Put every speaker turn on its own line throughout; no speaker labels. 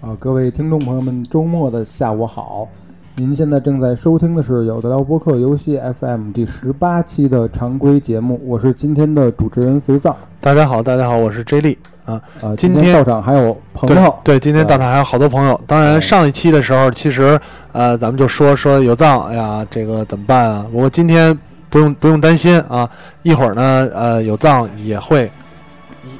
啊各位听众朋友们，周末的下午好！您现在正在收听的是有的聊播客游戏 FM 第十八期的常规节目，我是今天的主持人肥皂。
大家好，大家好，我是 J 莉啊。
呃，
今
天
天
到场还有朋友，
对，今天到场还有好多朋友。当
嗯
然，上一期的时候，其实呃，咱们就说说有藏，哎呀，这个怎么办啊？不过今天不用不用担心啊，一会儿呢，呃，有藏也会，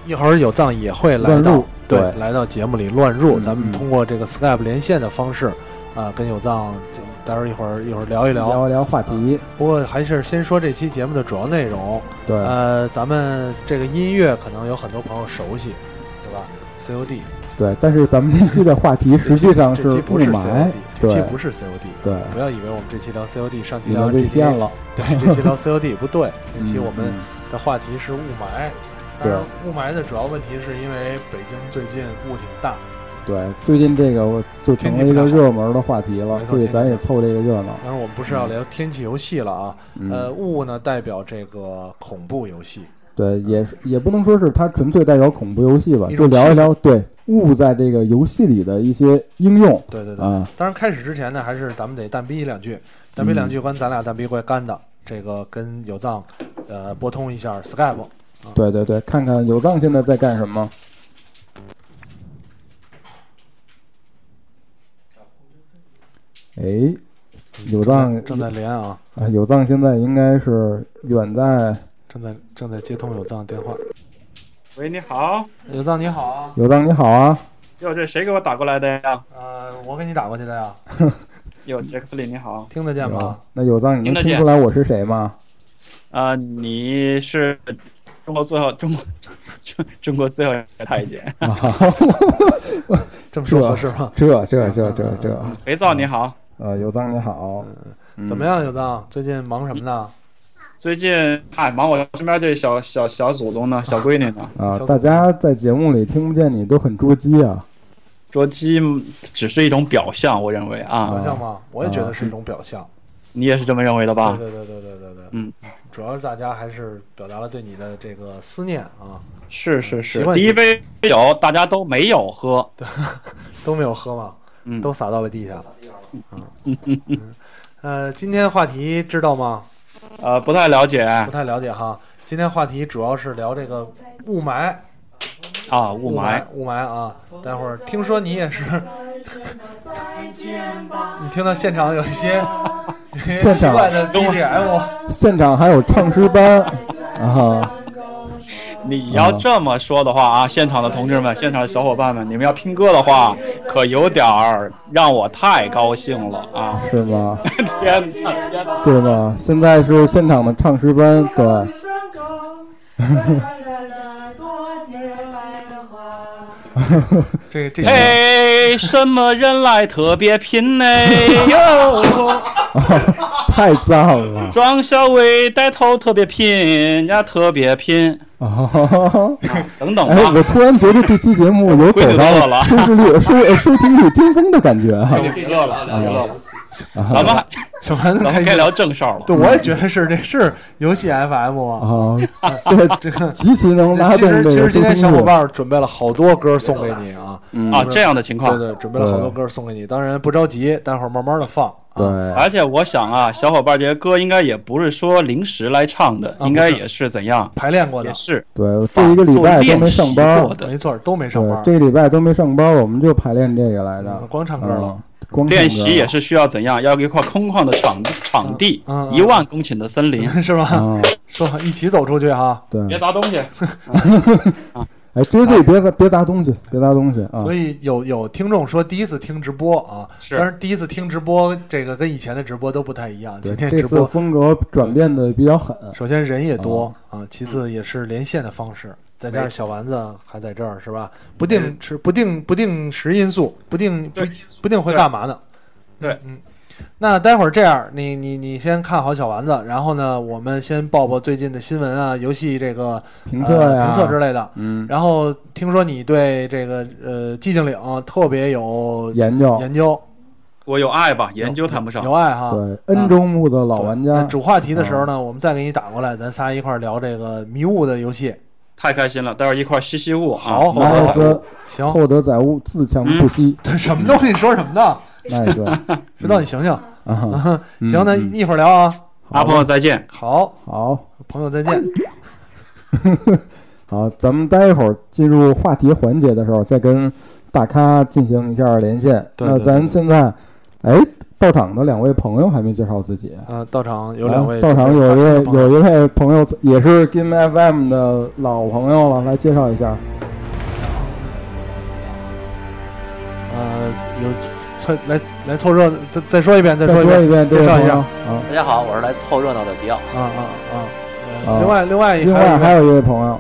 一一会儿有藏也会来
乱
到
入，
对，
对
来到节目里乱入。
嗯
咱们
嗯
通过这个 Skype 连线的方式，啊、跟有藏，这待会儿一会儿一会儿聊一嗯聊。
聊一聊话题。
不过还是先说这期节目的主要内容。
对，
呃，咱们这个音乐可能有很多朋友熟悉，对吧？COD
对，但是咱们这期的话题实际上
这
是
期不
雾
是
霾
COD，，这期
对
不是 COD，
对，
不要以为我们这期聊 COD，上期
你
聊
们被
GTA，
骗了。
对， 这期聊 COD 不对，这期
嗯
我们的话题是雾霾。当然，雾霾的主要问题是因为北京最近雾挺大，
对，最近这个我就成了一个
天气不太好
热门的话题了，
没错
所以咱也
天气
凑这个热闹。
当然我们不是要聊天气游戏了啊，呃，
嗯，
雾呢代表这个恐怖游戏，
对，也是也不能说是它纯粹代表恐怖游戏吧，
嗯一
就
种
聊一聊对雾在这个游戏里的一些应用
对对对。
啊。
当然，开始之前呢，还是咱们得蛋逼两句，蛋逼两
嗯
句关咱俩蛋逼怪干的。这个跟有藏，呃，拨通一下 Skype。
对对对，看看有藏现在在干什么。哎，有藏
嗯正在连啊，
啊，有藏现在应该是远在
正在正在接通有藏电话。
喂，你好，
有藏你好啊，
有藏你好啊，
哟，这谁给我打过来的呀？
呃，我给你打过去的呀，
哟，杰克里你好，
听得见
有啊
吗？
那有藏，你能
听得
听
见
出来我是谁 吗？
啊、你是中国最后中国中中国最后一个太监，
啊，
这么说合适吗？
这这这这这，
肥皂你好，
呃，有藏你好，
嗯
嗯
怎么样，有藏？最近忙什么呢？
最近哎忙我身边这小小小祖宗呢，小闺女呢，
啊？
小
大家在节目里听不见你都很捉鸡啊，
捉鸡只是一种表象，我认为啊，
嗯
表象吗？我也觉得是一种表象。
你也是这么认为的吧？
对对对对对对对。
嗯，
主要是大家还是表达了对你的这个思念啊，
是是
习
是，
惯
第一
性
杯酒大家都没有喝，
都没有喝吗？
嗯，
都洒到了地下。嗯，呃，今天话题知道吗？
呃不太了解
不太了解哈。今天话题主要是聊这个雾霾，
啊，雾霾，
雾霾啊。待会儿听说你也是，
再见吧，
你听到现场有一些
现
奇怪
场
的哎 BGM，
现场还有唱诗班啊，
你要这么说的话啊，现场的同志们、现场的小伙伴们，你们要拼歌的话，可有点儿让我太高兴了啊！
是吗？
天哪，天哪！
对吧？现在是现场的唱诗班，对，
这这
嘿，什么人来特别 拼呢？哟，
太赞 了
庄小伟带头特别拼，人家特别拼。
啊！
等等啊
哎，
吧，
我突然觉得这期节目有走
规矩
到
多了
收视率、收呃收听率巅峰的感觉啊！
别乐了，别乐了，咱们还
什么
咱们该聊正事儿了。
啊对，我也觉得是，这是游戏 FM 啊。
啊，这
这个
极其能拉
其
动
实
这
其
个
实
收
今天小
听
伙
率。嗯
伴儿准备了好多歌送给你啊，
啊，这样的情
对
况，
对，准备了好多歌送给你，当然不着急，待会儿慢慢的放。啊
对，
而且我想啊，小伙伴这些歌应该也不是说临时来唱的，
啊
应该
不是
也是怎样，
排练过的
也，是
对，这一个礼拜都没上班
反
儿
复练习过，的
没错，都没上班
对，
儿，
这礼拜都没上班儿，我们就排练这个来
嗯
着，
光唱歌了。
嗯，光
练
唱歌
习也是需要怎样？要一块空旷的场场地
嗯，嗯
一万公顷的森 林，
是吧？
啊，
说一起走出去哈。
对，
别砸东西。
哎，J Z 别砸别砸东西，别砸东西啊！
所以有有听众说第一次听直播啊，
是
当然第一次听直播这个跟以前的直播都不太一样。
对
今天
这
直
次嗯
播呃
风格转变的比较狠，
首先人也多
嗯
啊，其次也是连线的方式，再加上小丸子还在这儿是吧？
嗯
不定时不定不定时因素，不定不
对
不定会干嘛呢？
对，
嗯。那待会儿这样，你你你先看好小丸子，然后呢，我们先报报最近的新闻啊，游戏这个
评测呀，
呃评测之类的。
嗯，
然后听说你对这个呃寂静岭特别有
研究
研究，
我有爱吧，研究谈不上
有。爱哈。
啊对 N 周目的老玩
那
家，嗯
主话题的时候呢，我们再给你打过来，咱仨一块儿聊这个迷雾的游戏
太开心了，待会儿一块儿吸吸雾啊！
好
后边
马
儿
尔
再
斯
行，
厚德载物，自强不息，
什么东西？说什么呢？
那 一段
知道你醒醒。
啊哈，嗯
行，那
嗯
一会儿聊啊。
啊，朋友再见。
好，
好
朋友再见。
好，咱们待会儿进入话题环节的时候，再跟大咖进行一下连线。
对对
那咱现在，哎，到场的两位朋友还没介绍自己，
嗯，到场有两位
啊
主持
到
人发
场
言的
有一
朋友，
位有一位朋友也是 Game FM 的老朋友了，来介绍一下。
呃有凑来来凑热闹，再再说一遍，再
再
一遍，
一遍，这位
介绍
朋友
一下。
啊。
大家好，我是来凑热闹的迪奥。
啊啊啊！
啊
呃另外另外
另外还
有
有一位朋友，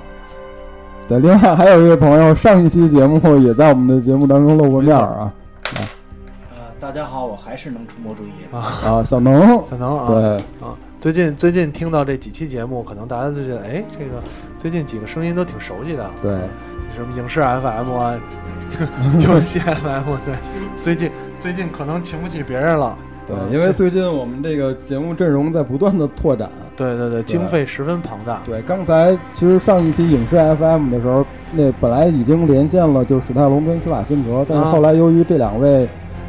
对，另外还有一位朋友，上一期节目也在我们的节目当中露过面儿啊
呃，大家好，我还是能出没注意。
啊，小能，
可能啊，
对，
最近最近听到这几期节目，可能大家就觉得，哎，这个最近几个声音都挺熟悉的，
对，
什么影视 FM 啊，
嗯
游戏 FM 对，最近最近可能请不起别人了，
对
啊，
因为最近我们这个节目阵容在不断的拓展。啊
对对对，经费十分庞大，
对，刚才其实上一期影视 FM 的时候，那本来已经连线了，就是史泰龙跟施瓦辛格，但是
啊
后来由于这两位，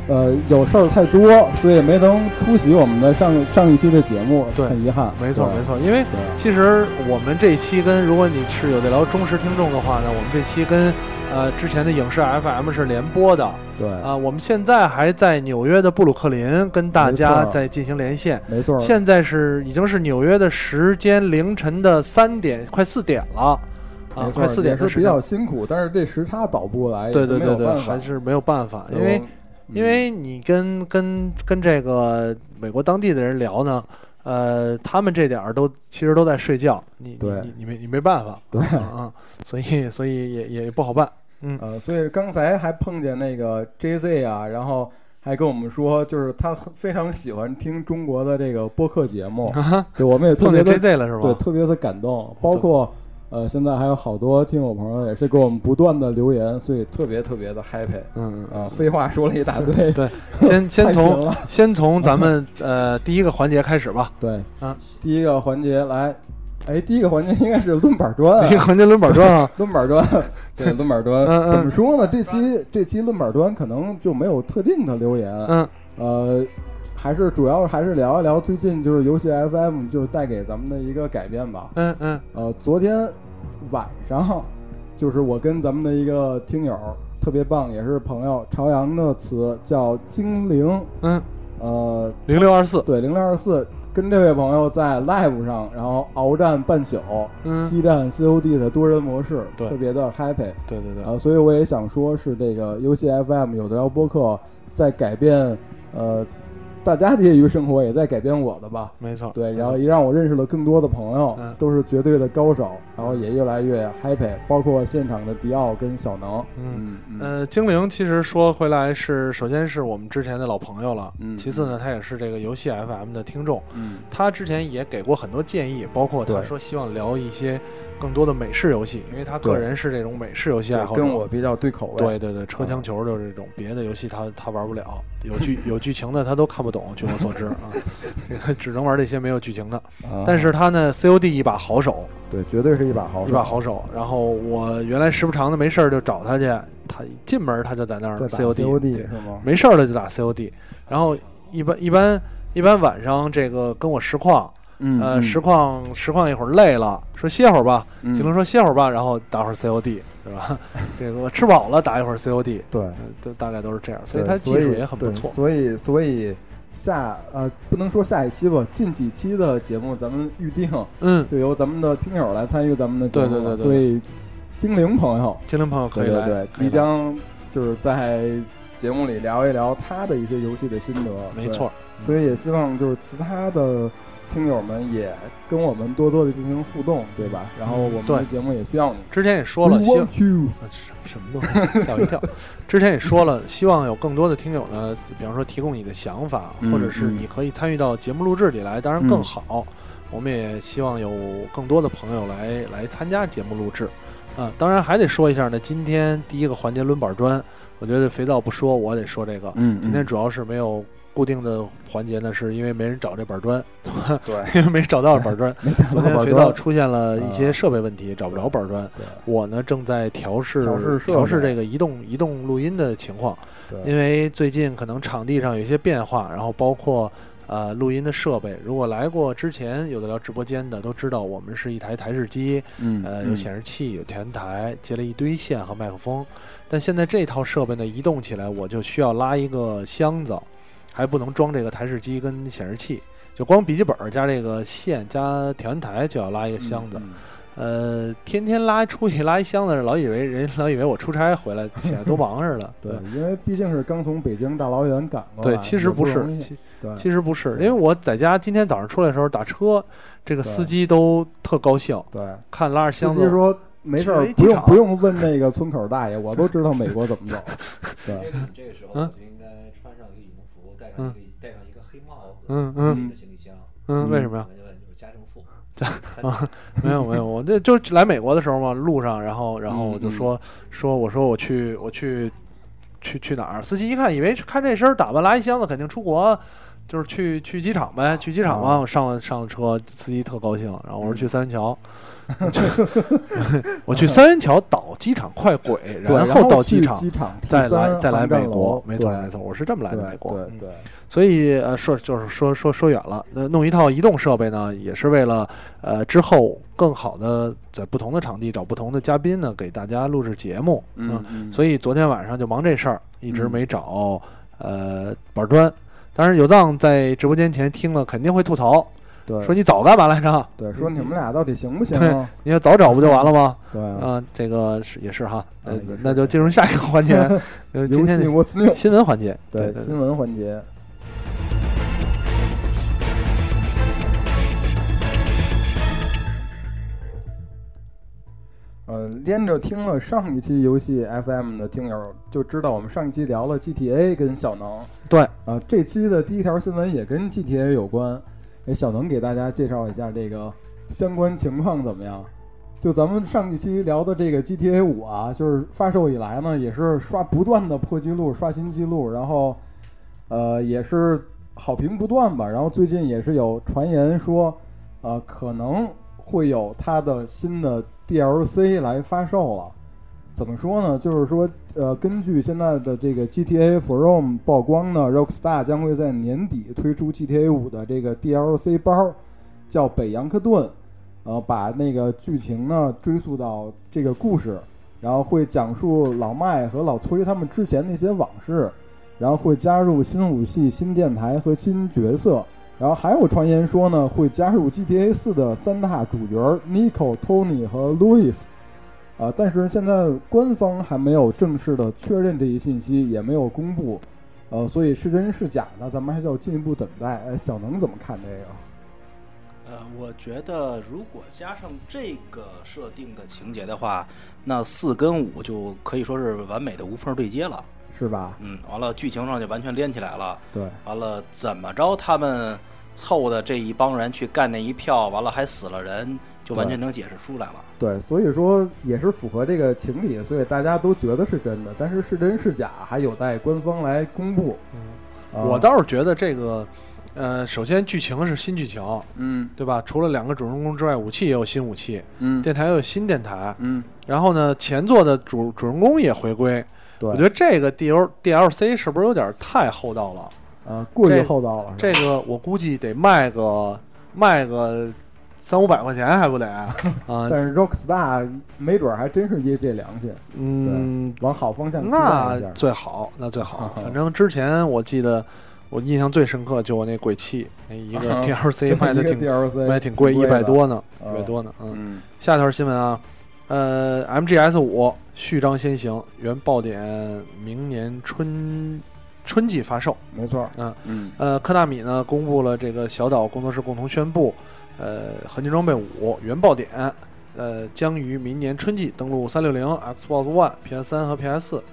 呃，有事儿太多，所以没能出席我们的上上一期的节目，
对
很遗憾。
没错
对
没错，因为
对
其实我们这一期跟如果你是有在聊忠实听众的话呢，我们这期跟呃之前的影视 FM 是联播的啊、
对，
我们现在还在纽约的布鲁克林跟大
没
家
错
在进行连线。
没错。
现在是已经是纽约的时间凌晨的三点，快四点了，啊
没，错
快四点
也
的
是
时
比
间
较。辛苦，但是这时差倒不过来，
对对
也没有
对对，
办法
还是没有办法，
对
因为
我嗯
因为你跟跟跟这个美国当地的人聊呢，呃，他们这点儿都其实都在睡觉，你你
对
你你没你没办法，
对
啊啊，所以所以也也不好 办，嗯
呃，所以刚才还碰见那个 JZ 啊，然后还跟我们说，就是他很非常喜欢听中国的这个播客节 目，对，我们也特
啊碰
别的
见 JZ 了是吧？
对特别的感动，包括。呃，现在还有好多听友朋友也是给我们不断的留言，所以特别特别的 happy
嗯，嗯
啊、废话说了一大堆，
对， 先 先
太平
从
了
先从咱们呃第一个环节开始吧，
对
啊，
第一个环节来，哎，第一个环节应该是论板砖、啊，
第一个 环节轮板砖啊，
论板 砖，对论板
嗯
砖，
嗯
怎么说呢？这期这期论板砖可能就没有特定的留言，
嗯
呃，还是主要还是聊一聊最近就是游戏 FM 就是带给咱们的一个改变吧。
嗯嗯
呃，昨天晚上就是我跟咱们的一个听友特别棒，也是朋友朝阳的词叫精灵，
嗯，
呃，
零六二四，
对零六二四。跟这位朋友在 live 上，然后鏖战半宿，
嗯
激战 COD 的多人模式，
对
特别的 happy。
对对对，
呃，所以我也想说，是这个 UC FM 有的聊播客在改变呃大家的业余生活，也在改变我的吧。
没错，
对，
没
然
错
后也让我认识了更多的朋友，
嗯
都是绝对的高手，然后也越来越 happy，包括现场的迪奥跟小能，
嗯
嗯嗯
呃，精灵其实说回来是，首先是我们之前的老朋友了，
嗯
其次呢，他也是这个游戏 FM 的听众，
嗯，
他之前也给过很多建议，包括他
对
说希望聊一些更多的美式游戏，因为他个
对
人是这种美式游戏爱好者，
跟我比嗯较对口味。
对对对，车枪球就是这种，别的游戏他他玩不了，有剧 有剧情的他都看不懂，据我所知啊， 这 个只能玩这些没有剧情的，
啊
但是他呢，COD 一把好手，
对，绝对是一把好手，
一把好手。然后我原来时不常的没事儿就找他去，他一进门他就在那儿
在打
COD，, 对
是吗？
没事儿了就打 COD。然后一般一般一般晚上这个跟我实况，
嗯
呃，实况实况一会儿累了，说歇会儿吧，
嗯
警能说歇会儿吧，然后打会儿 COD 是吧？ 这个我吃饱了打一会儿 COD，
对。
呃都大概都是这样，所以
对，
他技
所以
术也很不
对
错。
所以，所以下呃，不能说下一期吧，近几期的节目咱们预定
嗯，
就由咱们的听友来参与咱们的节目
对对
了
对对
所以，精灵朋友，
精灵朋友可
对
以
对
来，
对，
可以
即
来
将就是在节目里聊一聊他的一些游戏的心得。
没
对
错，儿，
所以也希望就是其他的听友们也跟我们多多的进行互动，对吧？然后我们的
嗯对
节目也需要你。
之前也说了，
We
希
want you
啊什什么东西吓 我一跳。之前也说了，希望有更多的听友呢，比方说提供你的想法，
嗯
或者是你可以参与到节目录制里来，当然更好。我们也希望有更多的朋友来来参加节目录制。啊，当然还得说一下呢，今天第一个环节抡板砖，我觉得肥皂不说，我得说这个。
嗯
今天主要是没有固定的环节呢，是因为没人找这板砖，
对，
因为没找到板砖。
嗯没 找
昨
到
天
板
肥皂
砖，
出现了一些
啊
设备问题，找不着板砖。
对
我呢正在调试
调试设备嗯
调试这个移动移动录音的情况，
对
因为最近可能场地上有一些变化，然后包括呃录音的设备。如果来过之前有的聊直播间的都知道，我们是一台台式机，
嗯。
呃，有显示器，有前台，接了一堆线和麦克风。但现在这套设备呢，移动起来我就需要拉一个箱子，还不能装这个台式机跟显示器，就光笔记本儿加这个线加调音台就要拉一个箱子。呃，天天拉出去拉一箱子，老以为人老以为我出差回来显得多忙似的
对，因为毕竟是刚从北京大老远赶过来，
对，其实
也
不
不
是，
容易
其
对，
其实不是，因
对
为我在家今天早上出来的时候打车，这个
对
司机都特高兴，
对，
看拉着
司
箱
机
子
说没事儿
去，
不
机
用
场
不用问那个村口大爷，我都知道美国怎么走。
这
对，
个这个时
嗯
候我就应该穿上一个羽绒服，戴上一个戴上一个黑帽子，
嗯嗯
背着行李箱，
嗯，为什么呀？
完就就是家政 妇，
没有没有，我这就来美国的时候嘛，路上，然后然后
嗯
我就
嗯
说、说我说我去我去去去哪儿？司机一看，以为是看这身儿打扮拉一箱子，肯定出国，就是去去机场呗，去机场嘛。
啊
我上了上了车，司机特高兴，然后
嗯
我说去三元桥， 我去三元桥 倒机场快轨，
对然
后到
去
机场。
机场
再
T
来
三
再来
航站
美国
楼，
没错
对
没错，我是这么来的美国。
对
嗯
对对，
所以呃，说就是说说说远了，那弄一套移动设备呢，也是为了呃之后更好的在不同的场地找不同的嘉宾呢，给大家录制节目。
嗯，嗯
所以昨天晚上就忙这事儿，一直没找、呃板砖。当然，有藏在直播间前听了，肯定会吐槽，
对
说你早干嘛来着？
对，说你们俩到底行不行？啊
对你要早找不就完了吗？
对
嗯、
啊，
这个是也是哈，呃
啊也是
那就进入下一个环节，就是呃今
游
天
戏
的
What's New？
新闻环节。对对
新闻环节。呃，连着听了上一期游戏 FM 的听友就知道，我们上一期聊了 GTA 跟小能。
对，
啊，这期的第一条新闻也跟 GTA 有关。哎，小能给大家介绍一下这个相关情况怎么样？就咱们上一期聊的这个 GTA 五啊，就是发售以来呢，也是刷不断的破纪录、刷新纪录，然后呃也是好评不断吧。然后最近也是有传言说，呃可能会有它的新的 DLC 来发售了。怎么说呢？就是说，呃，根据现在的这个 GTA For Rome 曝光呢，Rockstar 将会在年底推出 GTA 五的这个 DLC 包，叫北洋克顿，呃，把那个剧情呢追溯到这个故事，然后会讲述老麦和老崔他们之前那些往事，然后会加入新武器、新电台和新角色，然后还有传言说呢，会加入 GTA 四的三大主角 Nico、Tony 和 Louis。啊，但是现在官方还没有正式的确认这一信息，也没有公布，呃，所以是真是假呢，咱们还需要进一步等待。哎，小能怎么看这个？
呃，我觉得如果加上这个设定的情节的话，那四跟五就可以说是完美的无缝对接了。
是吧？
嗯，完了剧情上就完全连起来了。
对，
完了怎么着他们凑的这一帮人去干那一票，完了还死了人，就完全能解释出来了。
对，所以说也是符合这个情理，所以大家都觉得是真的，但是是真是假还有待官方来公布。啊
嗯我倒是觉得这个，呃，首先剧情是新剧情，
嗯
对吧？除了两个主人公之外，武器也有新武器，
嗯
电台也有新电台。
嗯，
然后呢，前作的主主人公也回归。
对，
我觉得这个 D L D L C 是不是有点太厚道了？
啊过于
这
厚道了，
这个我估计得卖个卖个三五百块钱还不 得啊？
但是 Rockstar 没准儿还真是业界良心，
嗯，
往好方向期待
那
一下。
最好，那最好。
啊
反正之前我记得我印象最深刻就我那鬼泣 那一个
啊
D L C
这么
卖的
一个
挺
DLC
卖挺贵，一
的
百多呢，
啊
一百多呢。嗯，
嗯
下条新闻啊，呃，MGS 五序章先行，原爆点明年春春季发售。
没错，
嗯
呃，科纳米呢公布了这个小岛工作室共同宣布，呃，合金装备五原爆点，呃，将于明年春季登陆三六零、Xbox One、PS 三和 PS 四。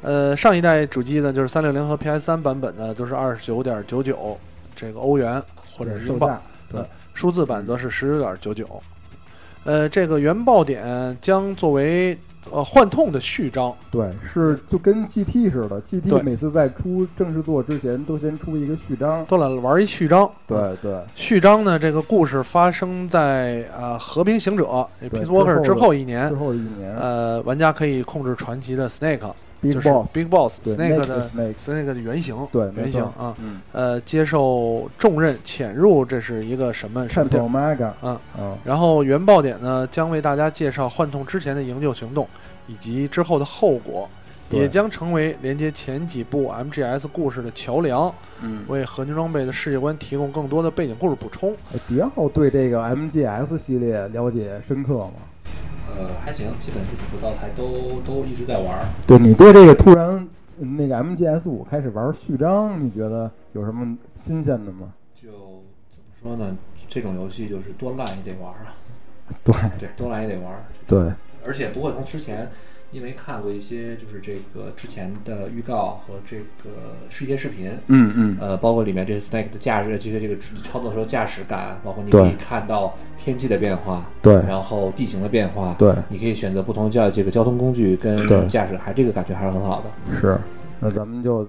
呃，上一代主机呢，就是三六零和 PS 三版本呢，都是二十九点九九这个欧元或者
对
是
售
英镑。
价，对，
数字版则是十九点九九。呃，这个原爆点将作为呃幻痛的续章，
对，是就跟 GT 似的
对
，GT 每次在出正式作之前都先出一个序章。
都来玩一续章。嗯
对对
序章呢，这个故事发生在呃《和平行者》这
对
Peace Walker
之
之
后的
后一年
最，后一年
嗯呃，玩家可以控制传奇的 Snake，
，Big
就是
Boss，
Big Boss
对
Snake
Naked
的
Snake
Snake 的原型，
对没
原型
错
啊，
嗯，
呃，接受重任潜入，这是一个什么什么
Temple
地儿？
Omega，
嗯
嗯，
然后原爆点呢，将为大家介绍幻痛之前的营救行动以及之后的后果，
对
也将成为连接前几部 MGS 故事的桥梁，
嗯，
为合金装备的世界观提供更多的背景故事补充。
哎迪奥对这个 MGS 系列了解深刻吗？
呃，还行，基本这几部到还都都一直在玩儿。
对你对这个突然嗯那个 MGS 五开始玩序章，你觉得有什么新鲜的吗？
就怎么说呢？这种游戏就是多烂也得玩儿啊，
对
对，多烂也得玩儿。
对
而且不过从之前，因为看过一些就是这个之前的预告和这个视频视频，
嗯嗯，
呃，包括里面这些 Snake 的驾驶，这些这个操作的时候驾驶感，包括你可以
对
看到天气的变化，
对
然后地形的变化，
对
你可以选择不同叫这个交通工具
对
跟驾驶，还这个感觉还是很好的。
是。那咱们就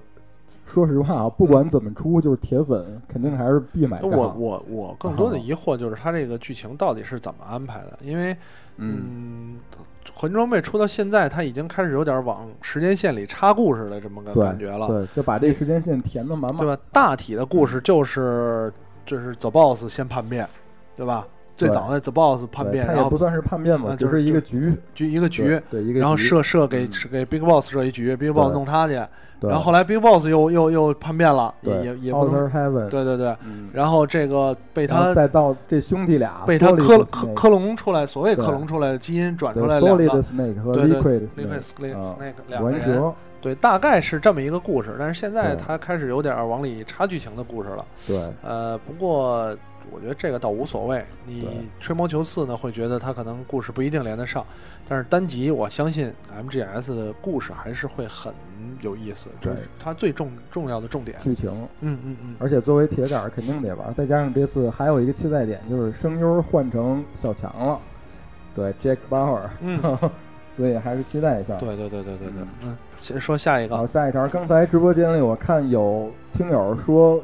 说实话啊，不管怎么出，就是铁粉肯定还是必买账。
哎我我我更多的疑惑就是它这个剧情到底是怎么安排的？因为
嗯，
嗯，魂装备出到现在，它已经开始有点往时间线里插故事的这么个
对
嗯感觉了，
对，就把这时间线填的满满
对。吧？大体的故事就是就是走 boss 先叛变，对吧？最
对
早的走 boss 叛
对
变，
它
然
也不
后
算是叛变吧，
啊就
就是是一个局，
就一个局
对，对一个局，
然后射射给
嗯
是给 big boss 射一局，big boss
对
弄他去，
对，
然后后来 big boss 又又又叛变了，也
对
也也不
Outer
能，
Heaven，
对对对，
嗯，
然后这个被
然后
他
再到这兄弟俩
被他克
克
克克隆出来，所谓
对
克隆出来的基因转出来两个
Solid。Snake 和
对对
Liquid
Liquid
Snake，
Snake
啊
Snake 两个
完
人，
蛇，
对，大概是这么一个故事。但是现在
对
它开始有点儿往里插剧情的故事了。
对
呃，不过我觉得这个倒无所谓。
对
你吹毛求疵呢，会觉得它可能故事不一定连得上。但是单集，我相信 MGS 的故事还是会很有意思，这
对
是它最重重要的重点。
剧情，
嗯嗯嗯，
而且作为铁杆儿肯定得玩，再加上这次还有一个期待点就是声优换成小强了，对 Jack Bauer，
嗯
所以还是期待一下。
对对对对对对，嗯，先说下一
然
个
后，下一条，刚才直播间里我看有听友说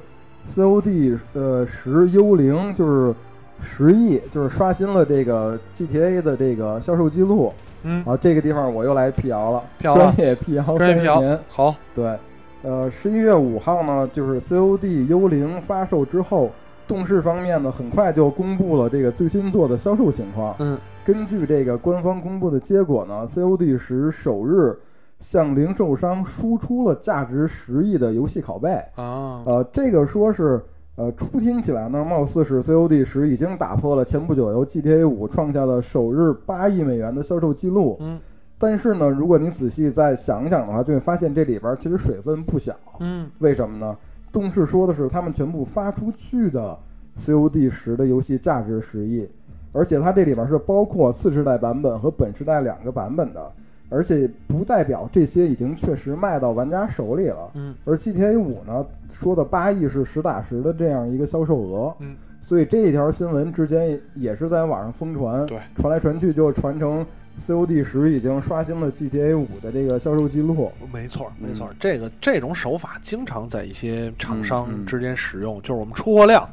，COD 呃十幽灵就是十亿，就是刷新了这个 GTA 的这个销售记录。
嗯，
啊，这个地方我又来辟谣了，
辟谣了
专业辟谣
专
三
业辟
十
谣
年。
好，
对，呃，十一月五号呢，就是 COD 幽灵发售之后，动视方面呢很快就公布了这个最新作的销售情况。
嗯，
根据这个官方公布的结果呢，COD 十首日向零售商输出了价值十亿的游戏拷贝。
啊，
呃，这个说是。呃，初听起来呢，貌似是 COD 十已经打破了前不久由 GTA 五创下的首日八亿美元的销售记录。
嗯，
但是呢，如果你仔细再想想的话，就会发现这里边其实水分不小。
嗯
为什么呢？动视说的是他们全部发出去的 COD 十的游戏价值十亿，而且它这里边是包括次世代版本和本世代两个版本的，而且不代表这些已经确实卖到玩家手里了。
嗯，
而 GTA 五呢说的八亿是实打实的这样一个销售额，
嗯，
所以这一条新闻之间也是在网上疯传，
对，
传来传去就传成 COD 十已经刷新了 GTA 五的这个销售记录，
没错，没错，这个这种手法经常在一些厂商之间使用，就是我们出货量，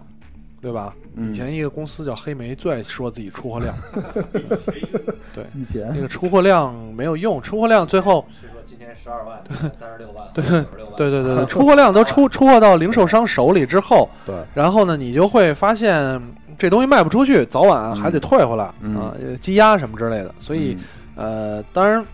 对吧？以前一个公司叫黑莓，最爱说自己出货量，
以前
那个出货量没有用，出货量最后，
是说今天十二 万，三十六万，对十六万，
对对对对，出货量都出出货到零售商手里之后，
对，
然后呢，你就会发现这东西卖不出去，早晚还
嗯
得退回来、啊，呃积压什么之类的，所以。
嗯
呃，当然，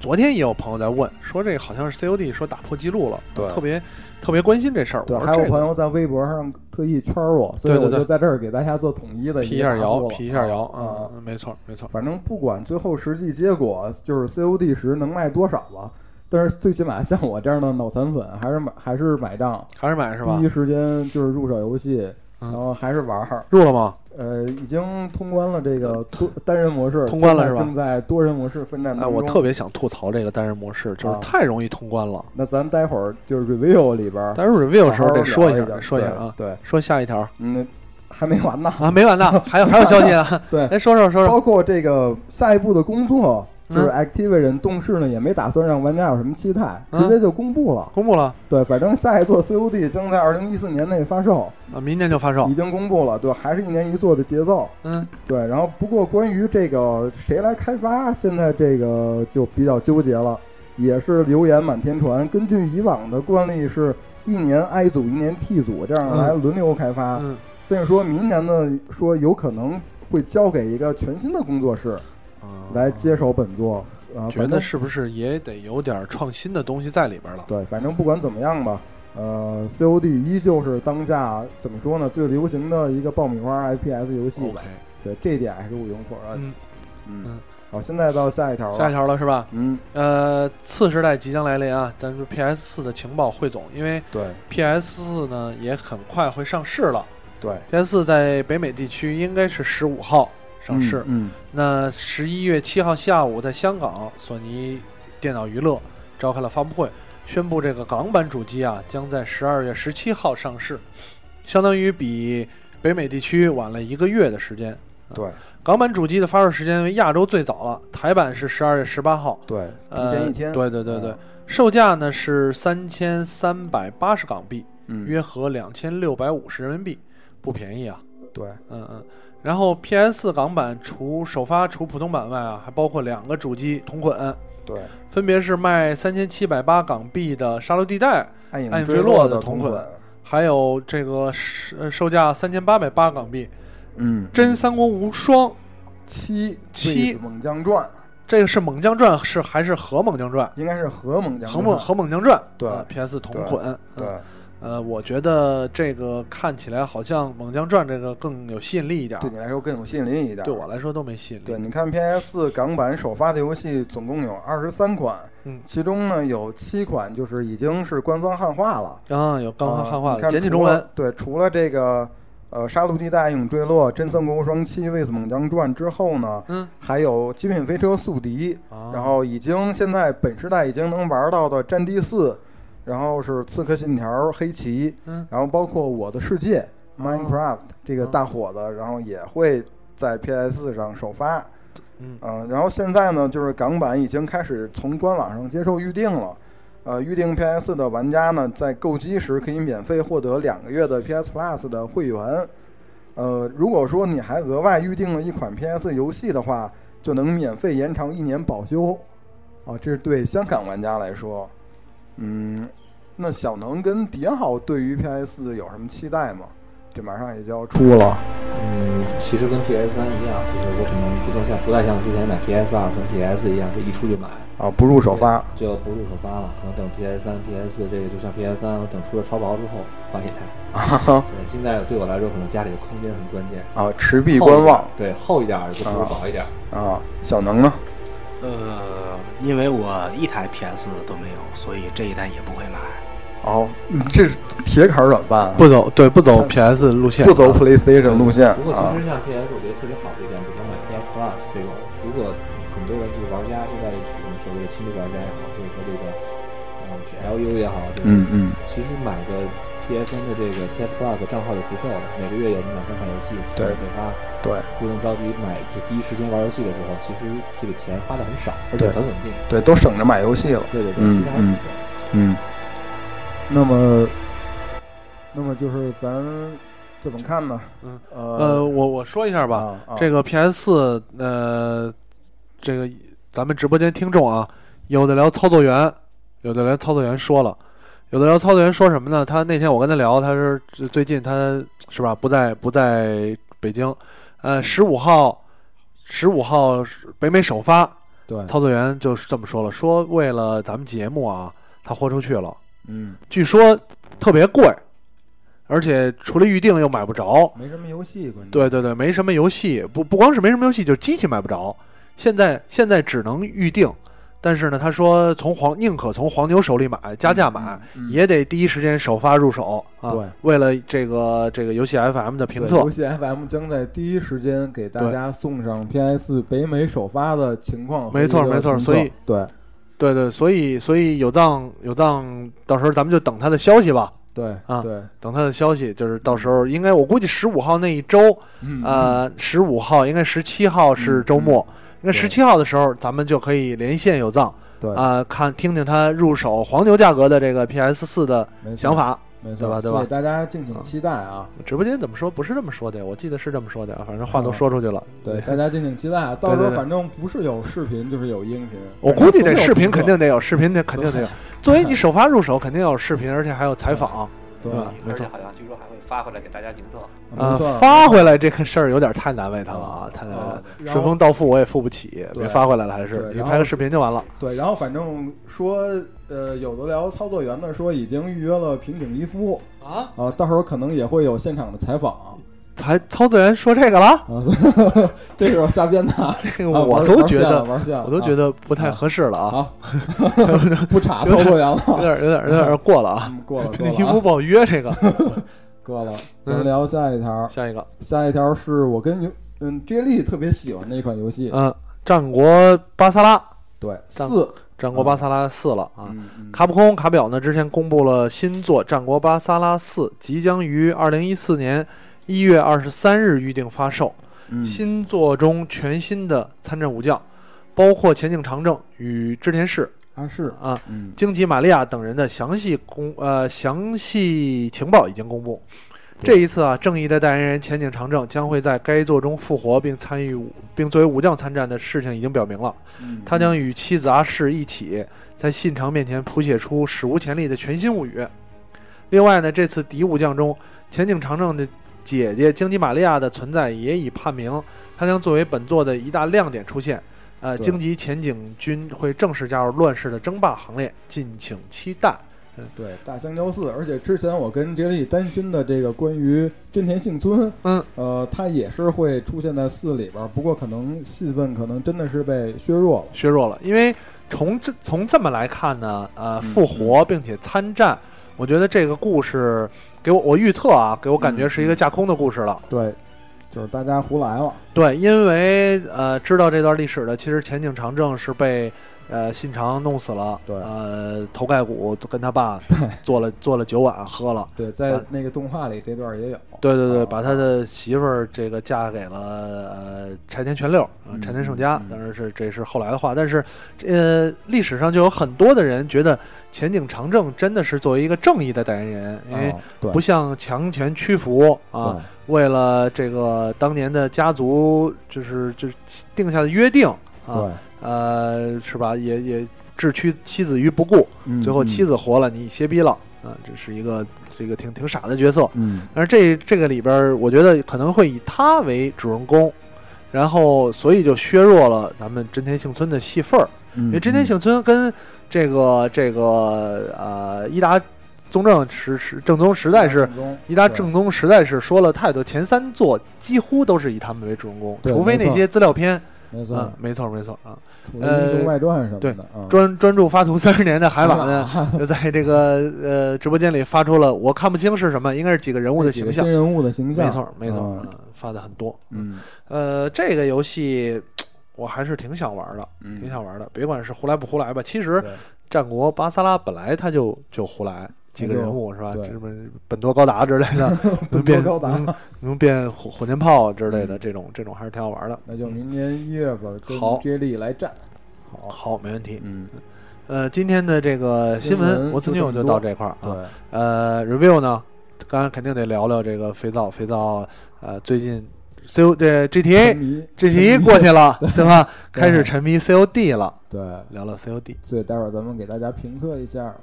昨天也有朋友在问，说这个好像是 COD 说打破记录了，
对
特别特别关心这事儿。
对，
我说
还有
这个
朋友在微博上特意圈我，所以
对对
我就
对
在这儿给大家做统一的
辟
一
一
个
下
答复
谣，
了
辟一下谣，
啊啊
嗯，没错没错，
反正不管最后实际结果就是 COD 十能卖多少吧，但是最起码像我这样的脑残粉还是买还是买账，
还是买是吧
第一？时间就是入手游戏，
嗯
然后还是玩儿。
入了吗？
呃，已经通关了这个多单人模式，
呃通关了
现在
是吧
正在多人模式奋战
哎，
当中。
我特别想吐槽这个单人模式，就是
啊
太容易通关了。
那咱待会儿就是 review 里边儿
但是 review 的时
好好
候得说一
聊
下，说一下
对
啊，
对，
说下一条
嗯，还没 完呢。
啊，没完呢，还有还有消息呢，
对
来说说说说，
包括这个下一步的工作，就是
嗯
Activision 动视呢也没打算让玩家有什么期待，
嗯
直接就公布了。
公布了
对，反正下一座 COD 将在二零一四年内发售，
啊，明年就发售
已。经公布了。对，还是一年一做的节奏。
嗯，
对，然后不过关于这个谁来开发，现在这个就比较纠结了，也是流言满天传。根据以往的惯例是。一年 I 组，一年 T 组，这样
嗯
来轮流开发。
嗯，
这个说明年呢，说有可能会交给一个全新的工作室来接手本作。啊，
觉
反
得
正
是不是也得有点创新的东西在里边了？
对，反正不管怎么样吧，呃，COD 依旧是当下怎么说呢，最流行的一个爆米花 FPS 游戏吧。
OK，
对，这一点还是毋庸否认。
嗯，
嗯
Oh 嗯
好，现在到下一条了。
下一条了是吧？
嗯，
呃，次时代即将来临啊，咱们 PS 四的情报汇总，因为
对
PS 四呢也很快会上市了。
对，
PS 四在北美地区应该是十五号上市，
嗯，
那十一月七号下午，在香港索尼电脑娱乐召开了发布会，宣布这个港版主机啊将在十二月十七号上市，相当于比北美地区晚了一个月的时间。
嗯对
港版主机的发售时间为亚洲最早了，台版是十二月十八号，
对，提
呃，
前一天。
对对对对，
嗯
售价呢是三千三百八十港币，
嗯，
约合两千六百五十人民币，不便宜啊。
对，
嗯，嗯，然后 PS 港版除首发除普通版外啊，还包括两个主机同捆，
对，
分别是卖三千七百八港币的《杀戮地带》，
暗
暗
影
影
坠
坠落
的
的同
捆
捆。还有这个是呃售价三千八百八港币
嗯，
《真三国无双》，
七
七
《猛将传》
这个是《猛将传》，是还是和《猛将传
应该是和猛》？将
和
传。
《猛和《猛将传》
对
呃 PS 同捆。
对
嗯，呃，我觉得这个看起来好像《猛将传》这个更有吸引力一点儿
对，你来说更有吸引力一点。
对我来说都没吸引
对，
力。
你看 PS 港版首发的游戏总共有二十三款，
嗯
其中呢有七款就是已经是官方汉化了，
啊，有刚刚汉化
呃你
了，
看
简体
除
中
了
文。
对，除了这个呃《杀戮地带》《影坠落》《真三国无双七》《为此猛将传》之后呢，
嗯，
还有《极品飞车：宿敌》
啊
然后已经现在本时代已经能玩到的《战地四》，然后是《刺客信条》《黑旗》，
嗯哦
然后包括《我的世界》Minecraft 这个大火的，然后也会在 PS 上首发。
嗯
呃，然后现在呢，就是港版已经开始从官网上接受预定了。呃，预定 PS 的玩家呢，在购机时可以免费获得两个月的 PS Plus 的会员。呃，如果说你还额外预定了一款 PS 游戏的话，就能免费延长一年保修。啊，这是对香港玩家来说。嗯，那小能跟迪浩对于 PS 有什么期待吗？这马上也就要出了。
嗯，其实跟 PS 三一样，就是我可能不太像不太像之前买 PS 二跟 PS 一样，就一出就买，
啊，不入首发。
就不入首发了。可能等 PS 三、PS 四这个，就像 PS 三，我等出了超薄之后换一台。对，现在对我来说，可能家里的空间很关键。
啊，持币
厚一
观
点
望
对，厚一点儿就不如
啊
薄一点儿。
啊。小能呢？
呃，因为我一台 PS 都没有，所以这一代也不会买。
哦，嗯这是铁杆软饭啊，
不走，对，不走
但
PS 路线，
不走 PlayStation 路线
不过其
啊。
实像 PS，我觉得特别好的一点，比如说买 PS Plus 这种，如果很多人就是玩家，现在我们所谓的轻度玩家也好，或者说这个呃 LU 也好，这个
嗯嗯，
其实买个 PSN 的这个 PS Plus 的账号就足够了，每个月有两三款游戏，
对
给它
对
不用着急买，就第一时间玩游戏的时候，其实这个钱花的很少，而且
对
很稳定。
对，都省着买游戏了。
对对对，
嗯
其实还不错。
嗯，那么，那么就是咱怎么看呢？
嗯呃，
呃，
我我说一下吧，
啊，啊
这个 PS 四，呃，这个咱们直播间听众啊，有的聊操作员，有的聊操作员说了，有的聊操作员说什么呢？他那天我跟他聊，他是最最近他是吧不在不在北京，呃，十五号，十五号是北美首发，
对，
操作员就是这么说了，说为了咱们节目啊，他豁出去了。
嗯，
据说特别贵，而且除了预定又买不着。
没什么游戏关键。
对对对，没什么游戏，不不光是没什么游戏，就是机器买不着。现在现在只能预定，但是呢，他说从黄宁可从黄牛手里买，加价买，
嗯，嗯嗯
也得第一时间首发入手啊。
对，
为了这个这个游戏 FM 的评
对
测
游，戏 FM 将在第一时间给大
对
家送上 PS 北美首发的情况和
没错
一个
没错
评测
所以
对
对对，所以所以有藏有藏，到时候咱们就等他的消息吧。
对
啊
对，
等他的消息，就是到时候呃应该我估计十五号那一周，
嗯，
呃，十五号应该十七号是周末，那十七号的时候，咱们就可以连线有藏
对，
啊、看听听他入手黄牛价格的这个 PS 四的
没错
想，法。
没错，
对吧对吧嗯
所以大家敬请期待啊！
直播间怎么说？不是这么说的，我记得是这么说的，反正话都说出去了。
嗯对，大家敬请期待啊！到时候
对对
反正不是有视频就是有音频，
我估计
反正
得
总有
视频
评测
肯定得有，视频得肯定 得有。作为你首发入手，肯定要有视频，而且还有采访，
对，
吧？没
而且
错。
好像据说还会发回来给大家评测。
没
啊
错，
发回来这个事儿有点太难为他了啊，太难为
啊
了。
然后
顺丰到付我也付不起，
对
别发回来了，还是
对
你
然后
拍个视频就完了。
对，然后反正说，呃，有的聊操作员的说已经预约了平井一夫
啊，
啊，到时候可能也会有现场的采访
才操作员说这个了，
啊，这是我瞎编的 啊，
这个
啊
我
玩
都
玩
觉
线了
得，
玩线了，
我都觉
得
得不太合适了啊，
好， 不查操作员
有
了，
点有点有点过了啊。
嗯 过了过
那皮肤
了啊
不好约这个，
过了，嗯咱们聊 下一条，
下一个，
下一条是我跟游嗯 J 莉特别喜欢的一款游戏，
嗯，战国巴萨拉，
对
战
四
战国巴萨拉四了啊。
嗯嗯
卡普空卡表呢，之前公布了新作《战国巴萨拉四》，即将于二零一四年一月二十三日预定发售。
嗯
新作中全新的参战武将，包括前井长政与织田氏
啊是
啊、
嗯
京崎玛利亚等人的详细公呃详细情报已经公布。这一次啊，正义的代言人前井长政将会在该作中复活，并参与武并作为武将参战的事情已经表明了。
嗯
他将与妻子阿市一起在信长面前谱写出史无前例的全新物语。另外呢，这次敌武将中，前井长政的姐姐京畿玛利亚的存在也已判明，她将作为本作的一大亮点出现。呃，
对
京畿前井军会正式加入乱世的争霸行列，敬请期待。
对，大香蕉四，而且之前我跟杰利担心的这个关于真田幸村，
嗯，
呃，他也是会出现在四里边儿，不过可能戏份可能真的是被削弱了。
削弱了，因为从这从这么来看呢，呃，
嗯
复活并且参战，我觉得这个故事给我我预测啊，给我感
嗯
觉是一个架空的故事了。
对，就是大家胡来了。
对，因为呃，知道这段历史的，其实前井长政是被呃信长弄死了，
对
呃，头盖骨跟 他爸做了做了酒碗喝了，
对，在
啊
那个动画里这段也有。
对对对，
啊
把他的媳妇儿这个嫁给了呃柴田全六啊
嗯，
柴田胜家
嗯，
当然是这是后来的话，但是呃历史上就有很多的人觉得前井长政真的是作为一个正义的代言人，因为
啊对
不像强权屈服啊，
对
为了这个当年的家族就是就是定下的约定啊，
对，
呃是吧？也也置妻妻子于不顾，
嗯
最后妻
子
子活了，你歇逼了啊，这是一个这个挺挺傻的角色。
嗯
但是这这个里边儿，我觉得可能会以他为主人公，然后所以就削弱了咱们真田幸村的戏份儿，
嗯，
因为真田幸村跟这个这个呃伊达宗正时时正宗实
实
在是。伊达
嗯对
正宗实在是说了太多，前三作几乎都是以他们为主人公，
对
除非
没
那
错
些资料片。
没错，
嗯，没错没错啊，
楚门英雄外传什么
对
的啊，
专专注发图三十年的海马呢，
呢，
就在这个呃直播间里发出了我看不清是什么，应该是几个人物的
几
形
个
象
新。人物的形象，
没错没错，
嗯
嗯发的很多。
嗯
呃，这个游戏我还是挺想玩的，
嗯
挺想玩的。别管是胡来不胡来吧，其实
对
战国巴萨拉本来他就就胡来。几个人物是吧？
对
什么本多高达之类的，能变嗯
本多高达
能能变火火箭炮之类的，
嗯
这种这种还是挺好玩的。
那就明年一月份跟
好
接力来战。好，
好，没问题。
哦嗯，
呃，今天的这个
新
新
闻
闻，我
就
自
这
牛
么
就
多
到这块儿啊。
对，
呃，review 呢，当然肯定得聊聊这个肥皂，肥皂呃最近 C O 这 G T
沉
A
迷
G T A 过去了，对吧？开始沉迷 C O D 了，
对，
聊聊 C O D。
所以待会儿咱们给大家评测一下。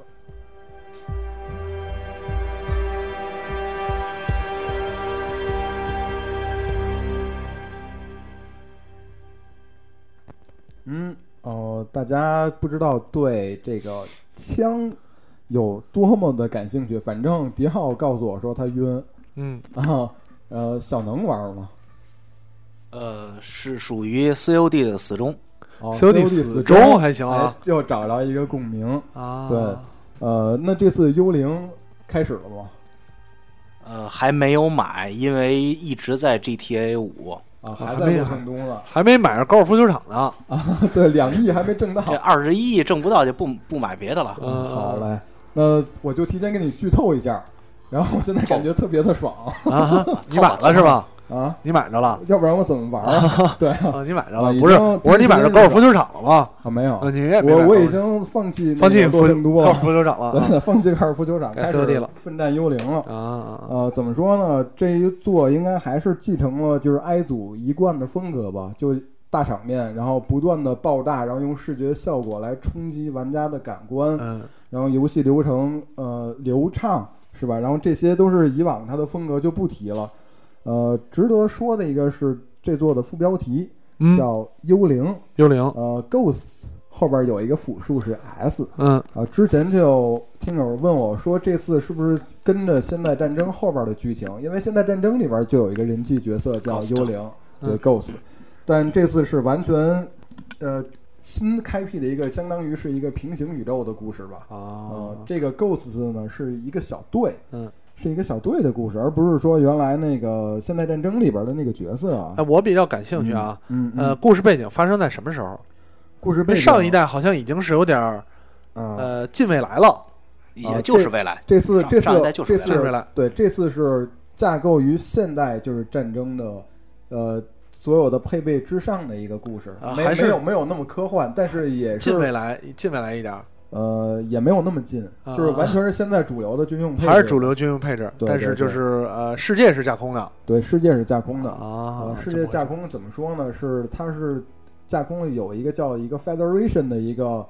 嗯，哦，大家不知道对这个枪有多么的感兴趣，反正迪浩告诉我说他晕
嗯，
啊。呃，小能玩吗？
呃，是属于 COD 的死忠，
哦
COD
死
死忠还行
哎
啊，
又找着一个共鸣。
啊，
对呃，那这次幽灵开始了吗？
呃，还没有买，因为一直在 GTA 五，
啊，
还
还在
没
过
还
程中了。
还没买着高尔夫球场呢。
对，两亿还没挣到。
这 二十一亿挣不到就不不买别的了。
嗯，
好嘞，那我就提前给你剧透一下，然后我现在感觉特别的爽。
啊，你买了是吧？
啊，
你买着了？
要不然我怎么玩 啊？对啊，
啊，你买着
啊
了？
已
不是，
经
我说你买着高尔夫球场了吗？
啊没有，
啊，你也没买
我
高
我
尔
已
夫
经放弃
放弃
多
分
胜多
高尔
了，
夫球场了啊
对，放弃高尔夫球场，
该
开始
COD 了
奋战幽灵 了。
啊啊！
呃，怎么说呢？这一座应该还是继承了就是 I 组一贯的风格吧，就大场面，然后不断的爆炸，然后用视觉效果来冲击玩家的感官，
嗯，
然后游戏流程呃流畅是吧？然后这些都是以往它的风格就不提了。呃，值得说的一个是这座的副标题
嗯
叫《幽灵》，
幽灵，
呃，Ghost 后边有一个辅数是 S。
嗯
啊，之前就有听友问我说，这次是不是跟着《现代战争》后边的剧情？因为《现代战争》里边就有一个人气角色叫
Ghost
幽灵，对
嗯
Ghost，但这次是完全呃新开辟的一个，相当于是一个平行宇宙的故事吧。
啊
呃，，这个 Ghosts 呢是一个小队，
嗯，
是一个小队的故事，而不是说原来那个《现代战争》里边的那个角色啊
哎，。我比较感兴趣啊。
嗯，嗯
呃，，故事背景发生在什么时候？
故事背
那
景
上一代好像已经是有点儿
啊，
呃近未来了，
也就是未来，
这次
上
这次
上一代就是
这
未
来
次
未来
对这次是架构于现代就是战争的，呃，所有的配备之上的一个故事，
啊
没
还是啊
没有没有那么科幻，但是也
近
是
未来，近未来一点儿，
呃也没有那么近，
啊
就是完全是现在主流的军用配置，
还是主流军用配置，
对对
但是就是呃世界是架空的
对世界是架空的，
啊
呃，世界架空怎么说呢？是它是架空了有一个叫一个 Federation 的一个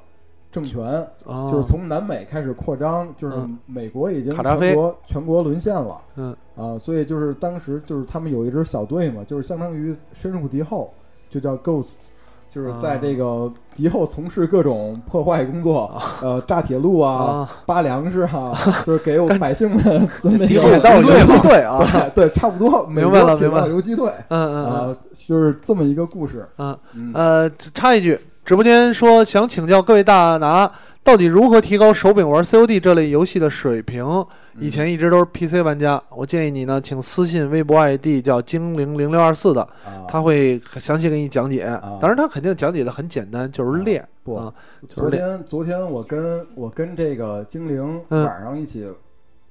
政权，
就
就是从南美开始扩张，就是
哦嗯
美国已经
卡扎
全
菲
国全国沦陷了，
嗯
啊，所以就是当时就是他们有一支小队嘛，就是相当于深入敌后，就叫 Ghosts，就是在这
啊
个敌后从事各种破坏工作，呃，炸铁路啊，
啊，
扒粮食啊，就是给我百姓们 的那
敌
个
后到游击队啊，
对对，差不多，美
明白
国
了
铁
明白
道
了
游击队
嗯嗯嗯
啊，就是这么一个故事，
嗯
嗯
呃，插一句，直播间说想请教各位大拿，到底如何提高手柄玩 COD 这类游戏的水平？
嗯
以前一直都是 PC 玩家，我建议你呢，请私信微博 ID 叫精灵零六二四的，
啊，
他会详细给你讲解。当然，他肯定讲解的很简单，就是练
不
啊，就
昨
是练。
天昨天我跟我跟这个精灵
嗯
晚上一起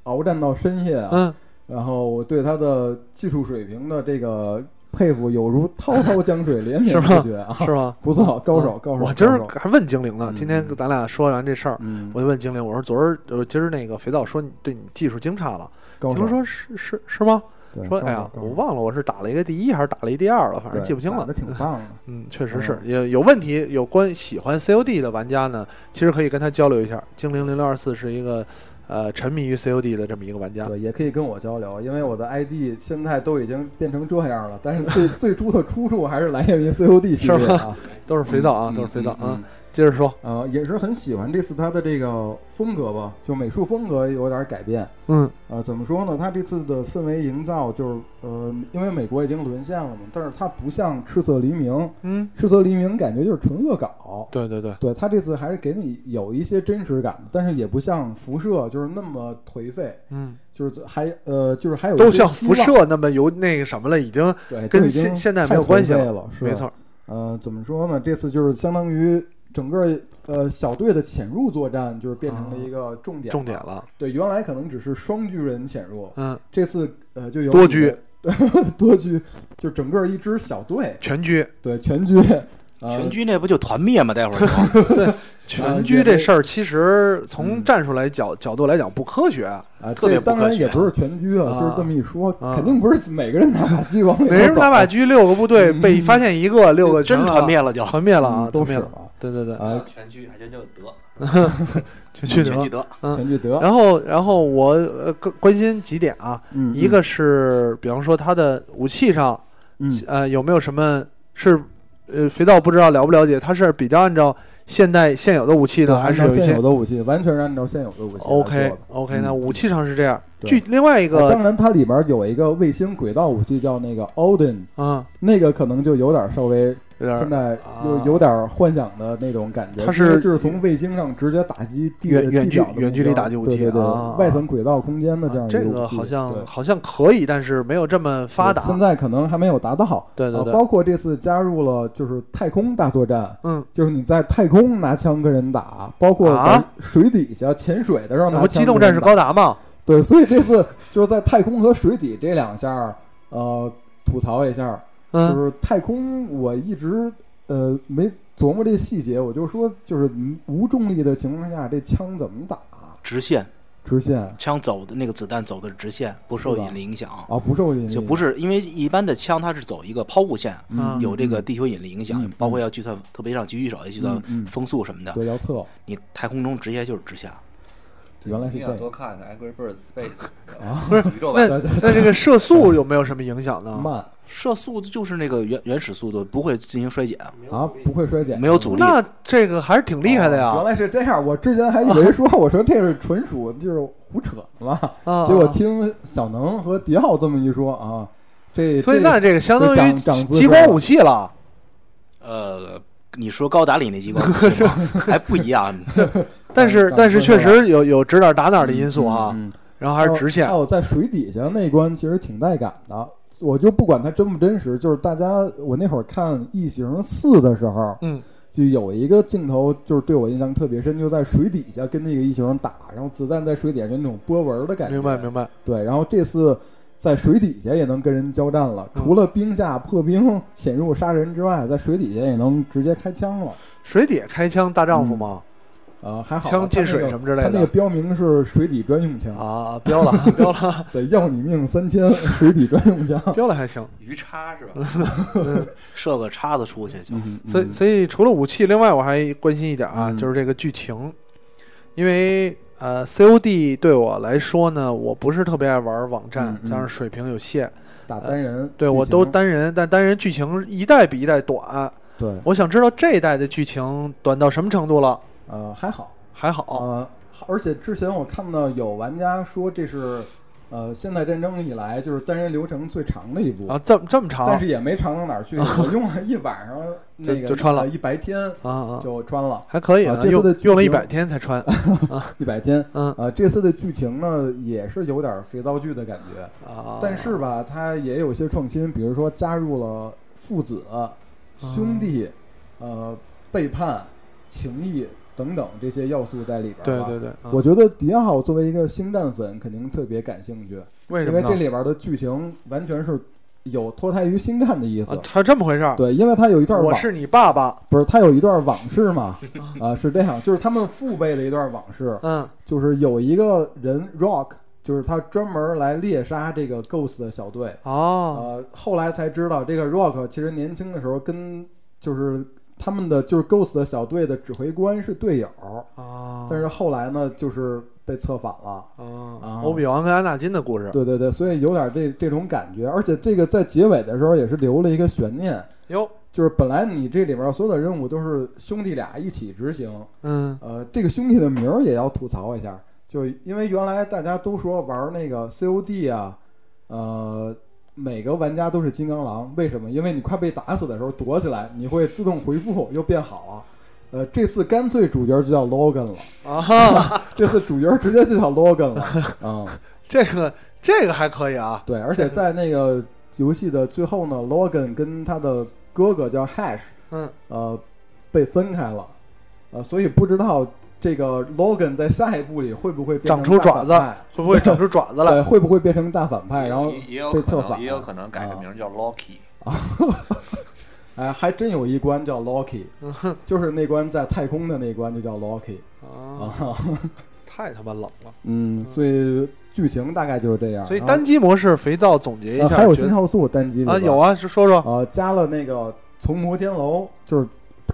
鏖战到深夜啊，
嗯，
然后我对他的技术水平的这个佩服有如滔滔江水连绵不绝啊，
是吗？
不错，高手高手。
我今儿
高手
还问精灵呢，
嗯
今天咱俩说完这事儿，
嗯，
我就问精灵，我说昨儿呃今儿那个肥皂说你对你技术惊诧了，
高
精灵
手
说是是是吗？
对
说
高
哎
手
呀，
高
我
手
忘了我是打了一个第一还是打了一第二了，反正
对
记不清
打
了
得。挺棒的。
嗯，确实是也有问题，有关喜欢 COD 的玩家呢，其实可以跟他交流一下。精灵零六二四是一个呃沉迷于 COD 的这么一个玩家。
对，也可以跟我交流，因为我的 ID 现在都已经变成这样了，但是 最最初的出处还是来源于 COD 系列啊。
都是肥皂啊，
嗯
都是肥皂啊。
嗯嗯
接着说，
呃，也是很喜欢这次它的这个风格吧，就美术风格有点改变。
嗯
呃，怎么说呢？它这次的氛围营造就是，呃，因为美国已经沦陷了嘛，但是它不像《赤色黎明》，《
嗯，
赤色黎明》感觉就是纯恶搞。
对对对，
对，它这次还是给你有一些真实感，但是也不像辐射就是那么颓废，
嗯，
就是还呃，就是还有一
都
些
像
希
辐
望，
射那么有那个什么了，已经
对，就
跟
已经
现现在没
太
有关系
颓废
了，
了，是
没。错。
呃，怎么说呢？这次就是相当于整个呃小队的潜入作战，就是变成了一个重点。
啊重点。了，
对，原来可能只是双巨人潜入，
嗯，
这次呃就有
多
你
狙
的，对， 多狙，就整个一支小队，
全狙，
对，全 军，呃、
全军那不就团灭吗？待会儿就
嗯
全狙这事儿其实从战术来角角度来讲不科学，
啊，
特别
这
不
当
科
然也
学
不是全狙啊，
啊
就是这么一说，
啊
肯定不是每个人拿把狙往里
每
边
人
走啊
拿把狙，六个部队被发现一个，六个全
真
了
团 灭了就，
团灭了啊，
嗯都
团
是
灭了。
啊，
对对对，
啊，
呃全剧还真就得，
全去
全聚
了。
德，
嗯
全聚德，
然后，然后我呃关关心几点啊，
嗯，
一个是比方说他的武器上，
嗯
呃有没有什么是呃肥皂不知道了不了解，他是比较按照现代现有的武器
对
呢，还
按
是
照
有一
现
些
有的武器，完全是按照现有的武器来做
OK
的
OK
嗯
那武器上是这样。
对
具另外一
啊
个
当然，它里边有一个卫星轨道武器叫那个 Odin，
嗯
那个可能就有点稍微
有点
现
儿
在
啊
有有点幻想的那种感觉。
它
因为
是
就是从卫星上直接打击地
远远
地
距
表的目
远距离
标
打击武
对
器
对对
啊
外层轨道空间的这样
啊
一
这
武
个
器
好
对
像好像可以，但是没有这么发达
对。现在可能还没有达到。
对对
啊
对
包括这次加入了就是太空大作战，
嗯，
就是你在太空拿枪跟人打，包括在
啊
水底下潜水的时候
那
拿
不
枪。
机动战士高达吗？
对，所以这次就是在太空和水底这两下儿，呃，吐槽一下，就
嗯
是太空，我一直呃没琢磨这细节，我就说就是无重力的情况下，这枪怎么打？
直线
直线啊，
枪走的那个子弹走的是直线，不受
是吧嗯
引力影响，
啊不受引力，
就不是因为一般的枪它是走一个抛物线，
嗯
有这个地球引力影响，
嗯
包括要计算，特别像狙击手要计算
嗯嗯
风速什么的，
对要测，
你太空中直接就是直线。
原来是
你
这
要
样
多看看《Angry Birds Space》宇宙版
那那这个射速有没有什么影响
嗯
呢？
慢
射速就是那个原原始速度，不会进行衰减，
啊，不会衰减，哦
没有阻力。
那这个还是挺厉害的呀
啊
哦原！来是这样，我之前还以为说，我说这是纯属就是胡扯嘛，
嗯
啊
结果
啊
听小能和迪奥这么一说啊，这
所以
这
那这个相当于
长长姿势
激光武器了。
呃，你说高达里那激光武器吗 还不一样，
但是
长
但是
长
确
姿势
实有有指哪儿打哪儿的因素哈，
嗯嗯嗯
然后还是直线
还。有哦在水底下那一关，其实挺带感的。我就不管它真不真实，就是大家我那会儿看《异形四》的时候，
嗯，
就有一个镜头，就是对我印象特别深，就在水底下跟那个异形打，然后子弹在水底下就那种波纹的感觉。
明白明白。
对，然后这次在水底下也能跟人交战了，
嗯
除了冰下破冰、潜入杀人之外，在水底下也能直接开枪了。
水底开枪大丈夫
嗯
吗？
呃，还好吧
枪
它
进水
那个
什么之类
它那
的
个标明是水底专用枪，
啊，标了标了
对，要你命三千，水底专用 枪。
标了还行。
鱼叉是吧？
射个叉子出去就。
嗯
所以所以除了武器，另外我还关心一点啊，
嗯
就是这个剧情，因为呃，COD 对我来说呢，我不是特别爱玩网站
嗯，嗯
加上水平有限，
打单人，
呃对我
剧
都
情
单人，但单人剧情一代比一代短。
对，
我想知道这一代的剧情短到什么程度了？
呃，还好，
还好，
呃，而且之前我看到有玩家说这是，呃，现代战争以来就是单人流程最长的一部
啊，，这么这么长
但是也没长到哪儿去，我用了一晚上，那个
就穿了
呃一白天
啊啊，
就穿了
还可以啊
啊，这次
用
的剧
用了一
情
百天才 穿，
一百天。
嗯
呃，这次的剧情呢也是有点肥皂剧的感觉，
啊，
但是吧，它也有一些创新，比如说加入了父子、
啊
兄弟、呃背叛、情谊等等这些要素在里边儿
对
吧。
对对，啊
我觉得迪奥作为一个星战粉，肯定特别感兴趣，
为什
因
么
为这
呢？啊
里边的剧情完全是有脱胎于星战的意思
啊，。还这么回事儿。
对，因为他有一段
我
往
是你爸爸，
不是他有一段往事嘛， 啊，是这样，就是他们父辈的一段往事，
嗯
就是有一个人 Rock，就是他专门来猎杀这个 Ghost 的小队，
哦，
呃，后来才知道这个 Rock 其实年轻的时候跟就是他们的就是 Ghost 的小队的指挥官是队友，
哦，
啊但是后来呢，就是被策反了。
哦
啊，
欧比王跟安纳金的故事，
对对对，所以有点这这种感觉，而且这个在结尾的时候也是留了一个悬念，
哟，
就是本来你这里面所有的任务都是兄弟俩一起执行，
嗯
呃，这个兄弟的名儿也要吐槽一下，就因为原来大家都说玩那个 COD 啊，呃，每个玩家都是金刚狼，为什么？因为你快被打死的时候躲起来，你会自动回复又变好啊。呃，这次干脆主角就叫 Logan 了，
啊，
这次主角直接就叫 Logan 了，嗯。
这个这个还可以啊，
对，而且在那个游戏的最后呢，Logan 跟他的哥哥叫 Hash，
嗯，
呃，被分开了，呃，所以不知道这个 Logan 在下一部里会不会变
长
成
出
大
爪
反
子
派，
会不会长出爪子
对，
来？
会不会变成大反哎派，然后
也也有
被
可
策反啊
能，也有可能改个名叫 Loki。
哎，还真有一关叫 Loki，就是
嗯
那关在太空的那关就叫 Loki
啊，
啊，
太他妈冷了。
嗯，所以剧情大概就是这样。
所以
啊然后
单机模式，肥皂总结一
呃
下，
还有
觉
新
得
要素单机里
啊，
边
有啊，是说说
呃，加了那个从摩天楼，就是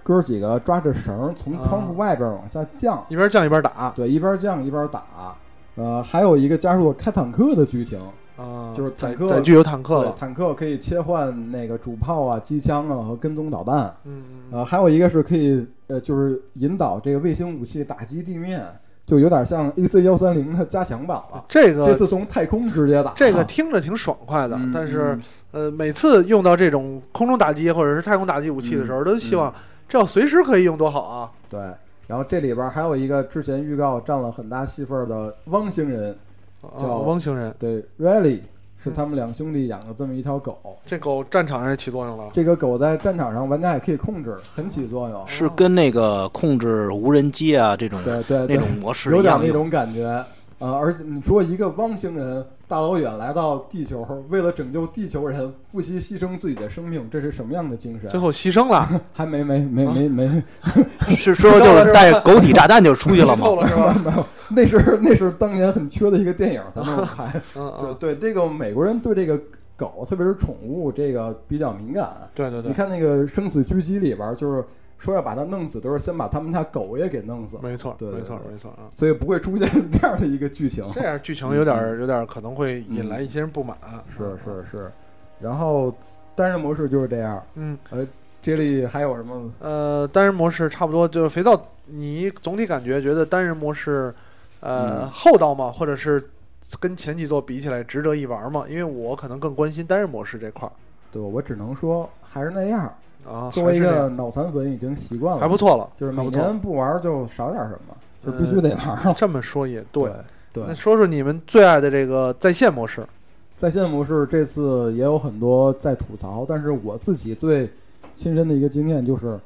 哥几个抓着绳儿从窗户外边往下降，
一边降一边打啊，
对，一边降一边打。呃，还有一个加入了开坦克的剧情，就是
载
坦克
啊载具有坦克
对，
了，
坦克可以切换那个主炮啊、机枪啊和跟踪导弹。
嗯，嗯
呃，还有一个是可以呃，就是引导这个卫星武器打击地面，就有点像 AC 幺三零的加强版了。
啊这
啊这
个
次从太空直接打，
这个听着挺爽快的
嗯，
但是呃，每次用到这种空中打击或者是太空打击武器的时
嗯
候，都希望这要随时可以用多好啊！
对，然后这里边还有一个之前预告占了很大戏份儿的汪星人，叫
啊汪星人，
对，Riley 是他们两兄弟养的这么一条狗。
这狗战场上也起作用了。
这个狗在战场上玩家也可以控制，很起作用。
是跟那个控制无人机啊这种
对对
那
哦对
种模式
有
一
点
样
那
用，
种感觉。啊、而且你说一个汪星人大老远来到地球，为了拯救地球人，不惜牺牲自己的生命，这是什么样的精神
最？后牺牲了，
还没没没没没，
是说就是带狗体炸弹就出去了吗？
没 有没有，那是那是当年很缺的一个电影，咱们拍。
嗯
就
嗯，
对这个美国人对这个狗，特别是宠物，这个比较敏感。
对对对
你，看那个《生死狙击》里边儿，就是说要把它弄死，都是先把他们家狗也给弄死，
没错
对对
没错
对
没错啊。
所以不会出现这样的一个剧 情。
这样剧情有点儿有点儿可能会引来一些人不满。啊
是是是，然后单人模式就是这样。
嗯，
这里还有什么？
呃，单人模式差不多就是肥皂，你总体感觉觉得单人模式，呃，
嗯
厚道吗？或者是跟前几座比起来值得一玩吗？因为我可能更关心单人模式这块儿
对我只能说还是那样。
啊，
作为一
还是这
个
样
脑残粉，已经习惯了，
还不错了，
就是
还
每
不错。
年不玩儿就少点儿什么，就必须得玩儿了。
这么说也对。
对
那，说说你们最爱的这个在线模式，
在线模式这次也有很多在吐槽，但是我自己最亲身的一个经验就是，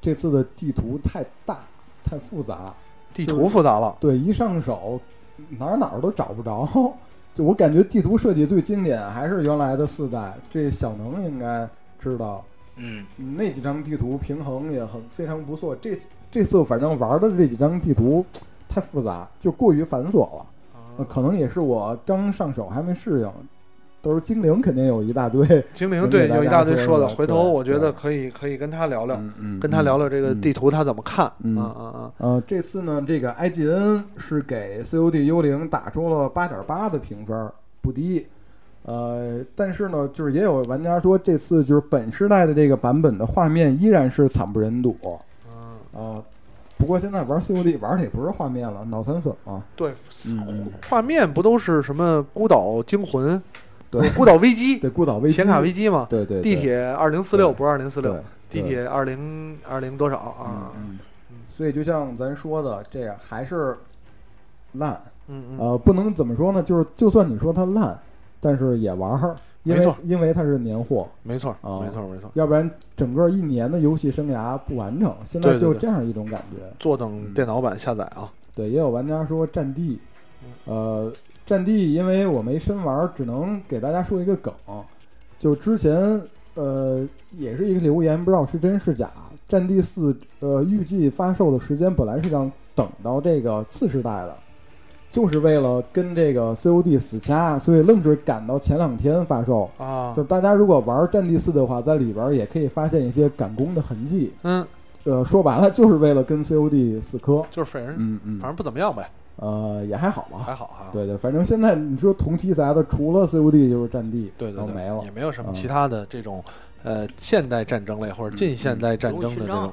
这次的地图太大太复杂，
地
就是
图复杂了。
对，一上手哪儿哪儿都找不着。 就我感觉地图设计最经典还是原来的四代，这小能应该知道，
嗯，
嗯那几张地图平衡也很非常不错。这这次反正玩的这几张地图太复杂，就过于繁琐了。呃可能也是我刚上手还没适应，都是精灵肯定有一大堆。
精灵对有一大堆说的，
对
回头我觉得
对
可以可以跟他聊聊，
嗯嗯，
跟他聊聊这个
嗯
地图他怎么看。
嗯
啊啊啊！
呃，这次呢，这个 IGN 是给 COD 幽灵打出了八点八的评分，不低。呃，但是呢，就是也有玩家说，这次就是本世代的这个版本的画面依然是惨不忍睹。
嗯，
啊，不过现在玩 COD 玩的也不是画面了，脑残粉啊。
对，
嗯，
画面不都是什么孤岛惊魂、
对
孤岛危机、
对，孤岛危机
显卡危机嘛？
对对
地铁二零四六
对
不是二零四六
对，
地铁二零二零多少啊？
嗯，嗯所以就像咱说的，这样还是烂。
嗯嗯，
呃，不能怎么说呢？就是就算你说它烂，但是也玩儿，因
没
为
错
因为它是年货，
没错
哦
没错没错，
要不然整个一年的游戏生涯不完整。现在
对对
就
对
这样一种感觉。
坐等电脑版下载啊。
对，也有玩家说《战地》，
嗯
呃，《战地》因为我没深玩，只能给大家说一个梗，就之前呃也是一个留言，不知道是真是假，《战地四》呃预计发售的时间本来是想等到这个次世代的，就是为了跟这个 COD 死掐，所以愣是赶到前两天发售。
啊
嗯就，是大家如果玩《战地四》的话，在里边也可以发现一些赶工的痕迹。
嗯，
呃，说白了就是为了跟 COD 死磕。
就是反正
嗯嗯
反，正不怎么样呗，
呃，也还好吧。
还好啊哈。
对对，反正现在你说同题材的，除了 COD 就是战地，
对
然
对
后
对，
没了
也。没有什么
嗯
其他的这种呃现代战争类或者近现代战争的这
荣誉勋章
种。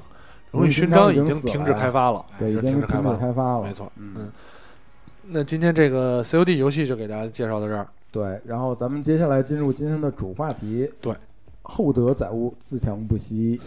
荣誉勋章已经停止开发了，
对，已
已
经
停止
停
发
止开发了，
没错。
嗯，
那今天这个 COD 游戏就给大家介绍到这儿。
对。然后咱们接下来进入今天的主话题，
对，
厚德载物，自强不息。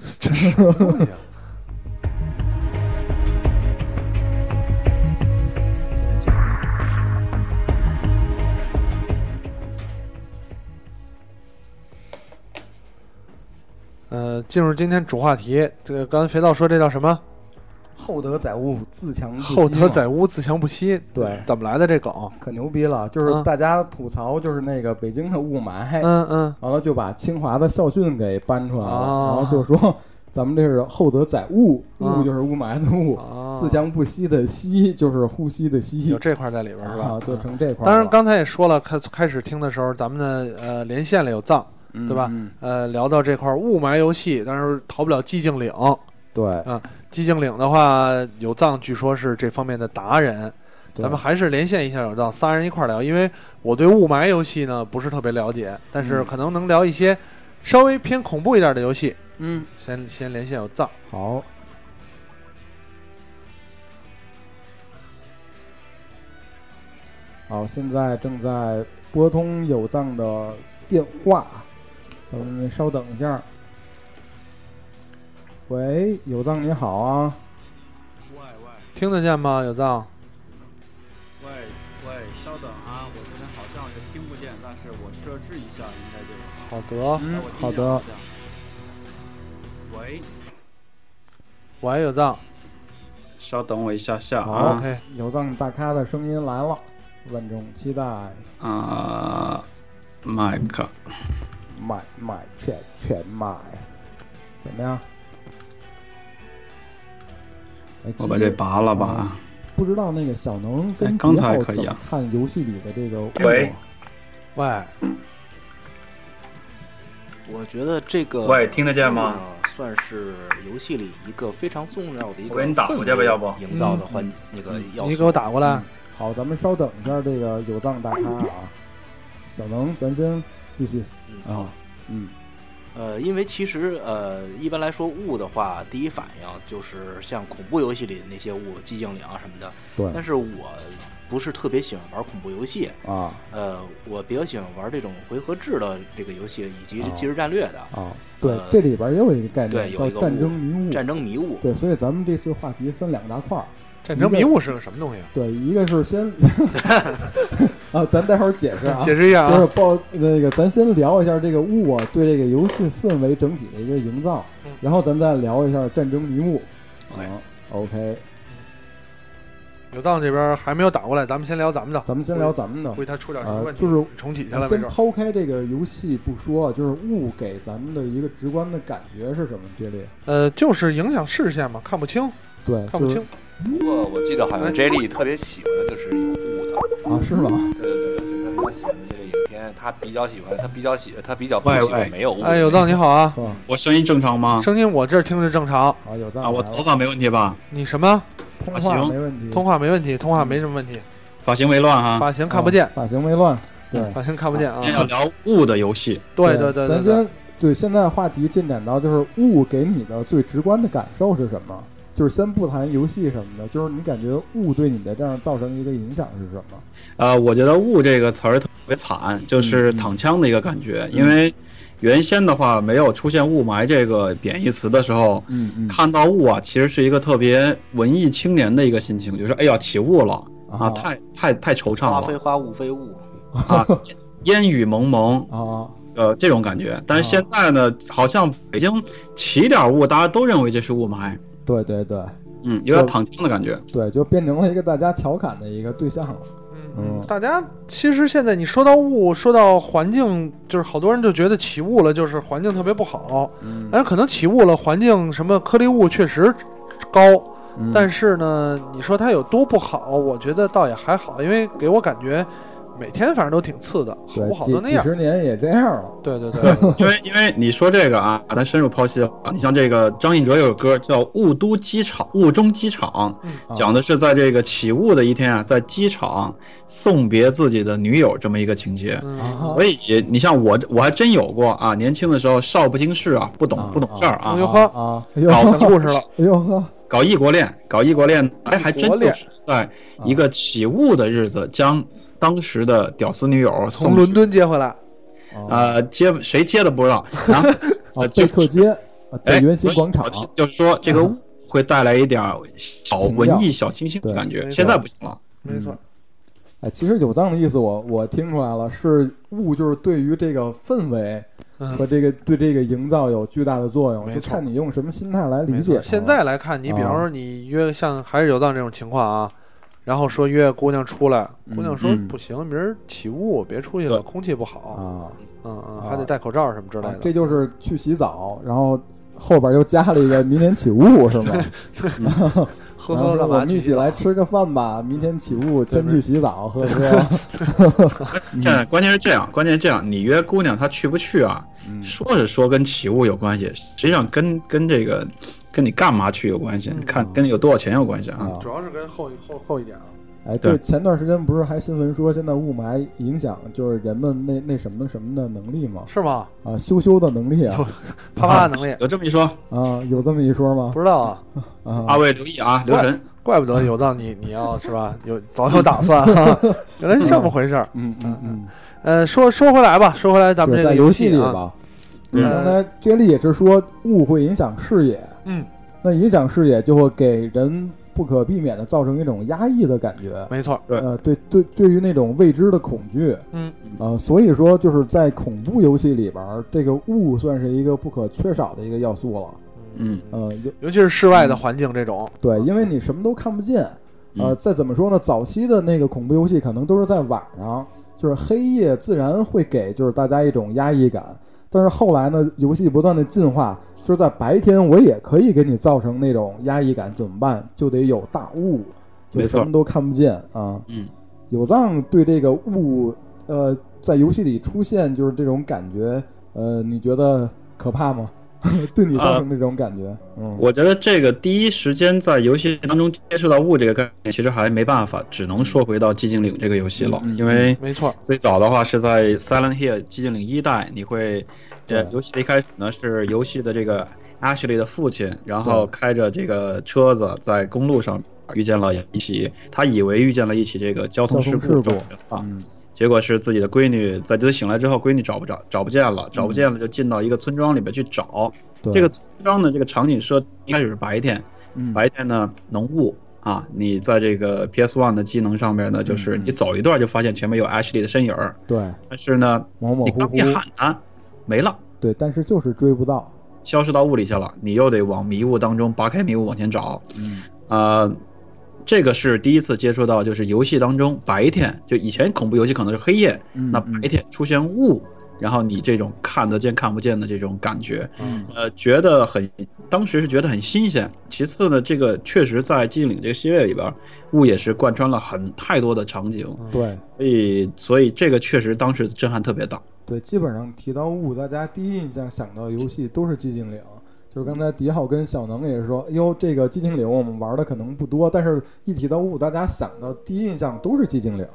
呃，进入今天主话题，这个刚才肥皂说这叫什么？
厚德载物，自强不息嘛。
厚德载物，自强不息。嗯
对
怎么来的这梗？
可牛逼了，就是
嗯
大家吐槽就是那个北京的雾霾，
嗯嗯，
完了就把清华的校训给搬出来了，
哦
然后就说咱们这是厚德载物，物
嗯
就是雾霾的雾，
哦
自强不息的息就是呼吸的息
有，这块在里边是吧
啊，？就成这块儿了。
当然，刚才也说了，开开始听的时候，咱们的呃连线里有藏，
嗯
对吧
嗯
呃，聊到这块儿雾霾游戏，但是逃不了寂静岭。
对，
寂静岭的话，有藏据说是这方面的达人，
对
咱们还是连线一下有藏，仨人一块儿聊。因为我对雾霾游戏呢不是特别了解，但是可能能聊一些稍微偏恐怖一点的游戏。
嗯，
先先连线有藏，
好，好，现在正在拨通有藏的电话，咱们稍等一下。喂，有藏你好啊，
喂喂
听得见吗？有藏
喂喂，稍等啊，我这边好像是听不见，但是我设置一下应该就有。
好得，
嗯
哎我，听
好
见
的
好，像喂，
喂，有藏、
稍等我一下下
好
啊，
，OK，
有藏大咖的声音来了，万众期待，
啊、麦克，
买买全全买，怎么样？哎
我把这拔了吧。
啊不知道那个小能跟
哎刚才
迪奥
可以啊
怎么看游戏里的这个
喂
喂，
呃
我觉得这个
喂听得见吗？
算是游戏里一个非常重要的一个
我给你打回去吧
氛围
要不
营造
嗯
的环那个要素。
你给我打过来。
好，咱们稍等一下这个有藏大咖啊，小能，咱先继续
嗯
啊，嗯，
呃，因为其实呃，一般来说雾的话，第一反应就是像恐怖游戏里那些雾，寂静岭啊什么的。
对
但是我不是特别喜欢玩恐怖游戏，
啊
呃，我比较喜欢玩这种回合制的这个游戏，以及
哦
即时战略的、
啊，对
呃，
这里边也有一个概
对
念
有
叫
一个
战
雾
争迷雾，
战争迷雾。
对，所以咱们这次话题分两大块儿，
战争迷雾是个什么东西？啊
对，一个是先 啊，咱待会儿解释啊，
解释一下
就是
啊。
报那个，咱先聊一下这个雾啊，对这个游戏氛围整体的一个营造
嗯，
然后咱再聊一下战争迷雾。
OK
嗯，OK，
有藏这边还没有打过来，咱们先聊咱们的，
咱们先聊咱们的
估。计他出点什么问题，
呃啊就是
重启去
咱
了，
们
没
先
准儿。
抛开这个游戏不说啊，就是雾给咱们的一个直观的感觉是什么？这里
呃，就是影响视线嘛，看不清，
对，
看
就
不
是
清。
不过我记得好像 J 莉特别喜欢的就是有雾的，
啊，是吗？
对对对，就是他比较喜欢这个影片，他比较喜欢，他比较喜，他比较不喜
喂喂
欢没有雾。
哎，有藏你好啊，
啊，
我声音正常吗？
声音我这儿听着正常。
啊，有藏
啊，我头发没问题吧？
你什么
通
发
话
型
没问题，
通话没问题，通话没什么问题，
发型没乱哈。
发型看不见
啊，发型没乱。对，
发型看不见啊
嗯
今。天要聊雾的游戏，
对对对
咱
对对，
先对现在话题进展到就是雾给你的最直观的感受是什么？就是先不谈游戏什么的，就是你感觉雾对你的这样造成的一个影响是什么？
呃，我觉得“雾”这个词儿特别惨，就是躺枪的一个感觉。因为原先的话没有出现“雾霾”这个贬义词的时候，
嗯嗯
看到雾啊，其实是一个特别文艺青年的一个心情，就是哎呀起雾了啊，太太太惆
花
怅
非
了
花，雾非雾。
啊，烟雨蒙蒙，
啊
呃，这种感觉。但是现在呢，好像北京起点雾，大家都认为这是雾霾，
对对对
嗯，有点躺枪的感觉。
对，就变成了一个大家调侃的一个对象了。嗯
大家其实现在你说到雾，说到环境，就是好多人就觉得起雾了，就是环境特别不好。
嗯
但是可能起雾了，环境什么颗粒物确实高，但
是
是呢，你说它有多不好，我觉得倒也还好，因为给我感觉每天反正都挺次的，好
对
不好
几
都那
几
样。
十年也这样了。
对对对，对
因为因为你说这个啊，咱深入剖析啊，你像这个张信哲有首歌叫《雾都机场》，雾中机场，
啊
讲的是在这个起雾的一天啊，在机场送别自己的女友这么一个情节。
嗯，
啊，
所以你像我，我还真有过啊，年轻的时候少不经事啊，不懂
啊
不懂事儿
啊
啊
哟，
啊啊，哟
搞啊
讲故事了，
哟呵，
搞异国恋，搞异国恋，哎，还真
异国
就
恋
是在一个起雾的日子，将当时的屌丝女友
从
送
伦敦接回来。
啊，
呃接谁接的不知道，然后
啊
呃
贝
就
克街，啊对，
哎
圆形
不是
广场
我的意思就是说这个
嗯
会带来一点儿小文艺、小清新的感
对
觉，现在不行了。
没错，
哎，其实有藏的意思我，我听出来了，是雾就是对于这个氛围
嗯
和这个、对这个营造有巨大的作用，
没
就
错
看你用什么心态来
没
理
错。
解。啊
现在来看，你比方说你约像还是有藏这种情况啊，然后说约姑娘出来，姑娘说
嗯嗯
不行，明儿起雾，别出去了，
对
空气不好，
啊，
嗯嗯，
啊
还得戴口罩什么之类
啊
的。
这就是去洗澡，然后后边又加了一个明天起雾，是吗？
呵
然后说
呵，干
我
嘛
们一
去洗
起
澡？
来吃个饭吧，明天起雾，先
对
去洗澡， 呵呵。
现在关键是这样，关键是这样，你约姑娘她去不去啊？说是说跟起雾有关系，实际上跟跟这个跟你干嘛去有关系，你看跟你有多少钱有关系啊。
啊
主要是跟后后后一点啊。
哎，对，
对
前段时间不是还新闻说现在雾霾影响就是人们那那什么什么的能力吗？
是吗？
啊，修修的能力啊，
啪啪的能力，
有这么一说，
啊，有这么一说吗
不？知道啊，
啊
二位留意啊，留神。
怪不得有藏你你 要是吧，有早有打算啊，原来是这么回事儿。
嗯嗯嗯，
呃，说说回来吧，说回来咱们
对
这
在
个
游
戏
里
啊，
吧。对，
嗯
刚才接力也是说雾会影响视野，
嗯，
那影响视野就会给人不可避免的造成一种压抑的感觉。
没错，
对
呃，对对，对于那种未知的恐惧，
嗯，
呃，所以说就是在恐怖游戏里边儿，这个雾算是一个不可缺少的一个要素了。
嗯，
呃，有嗯
尤其是室外的环境这种，
啊
对，因为你什么都看不见，
嗯
呃，再怎么说呢，早期的那个恐怖游戏可能都是在晚上，就是黑夜自然会给就是大家一种压抑感。但是后来呢，游戏不断的进化，就是在白天我也可以给你造成那种压抑感，怎么办？就得有大雾，就
没错
什么都看不见啊。
嗯，
有藏对这个雾，呃，在游戏里出现就是这种感觉，呃，你觉得可怕吗？ 对你造成这种感觉，嗯，
呃我觉得这个第一时间在游戏当中接触到雾这个概念，其实还没办法，只能说回到寂静岭这个游戏
嗯
了，因为
没错，
最早的话是在 Silent Hill 寂静岭一代，你会，呃
对，
游戏的一开始呢是游戏的这个 Ashley 的父亲，然后开着这个车子在公路上遇见了一起，他以为遇见了一起这个
交
交通
通
事
事故
故中啊，
嗯
结果是自己的闺女在自己醒来之后，闺女找不着，找不见了，找不见
嗯
了就进到一个村庄里面去找。
对
这个村庄的这个场景设一开始是白天，
嗯
白天呢浓雾啊，你在这个 PS One 的机能上面呢，
嗯
就是你走一段就发现前面有 Ashley 的身影儿，
对
但是呢，
模模
你
糊
刚
糊
一，喊他，没了，
对，但是就是追不到，
消失到雾里去了，你又得往迷雾当中扒开迷雾往前找。
嗯，
呃，这个是第一次接触到，就是游戏当中白天，就以前恐怖游戏可能是黑夜，
嗯
那白天出现雾，然后你这种看得见看不见的这种感觉，
嗯
呃，觉得很，当时是觉得很新鲜。其次呢，这个确实在寂静岭这个系列里边，雾也是贯穿了很太多的场景，
对
所以所以这个确实当时震撼特别大。
对，基本上提到雾，大家第一印象想到游戏都是寂静岭。就是刚才迪浩跟小能也是说，哎呦，这个寂静岭我们玩的可能不多，但是一提到雾，大家想到第一印象都是寂静岭。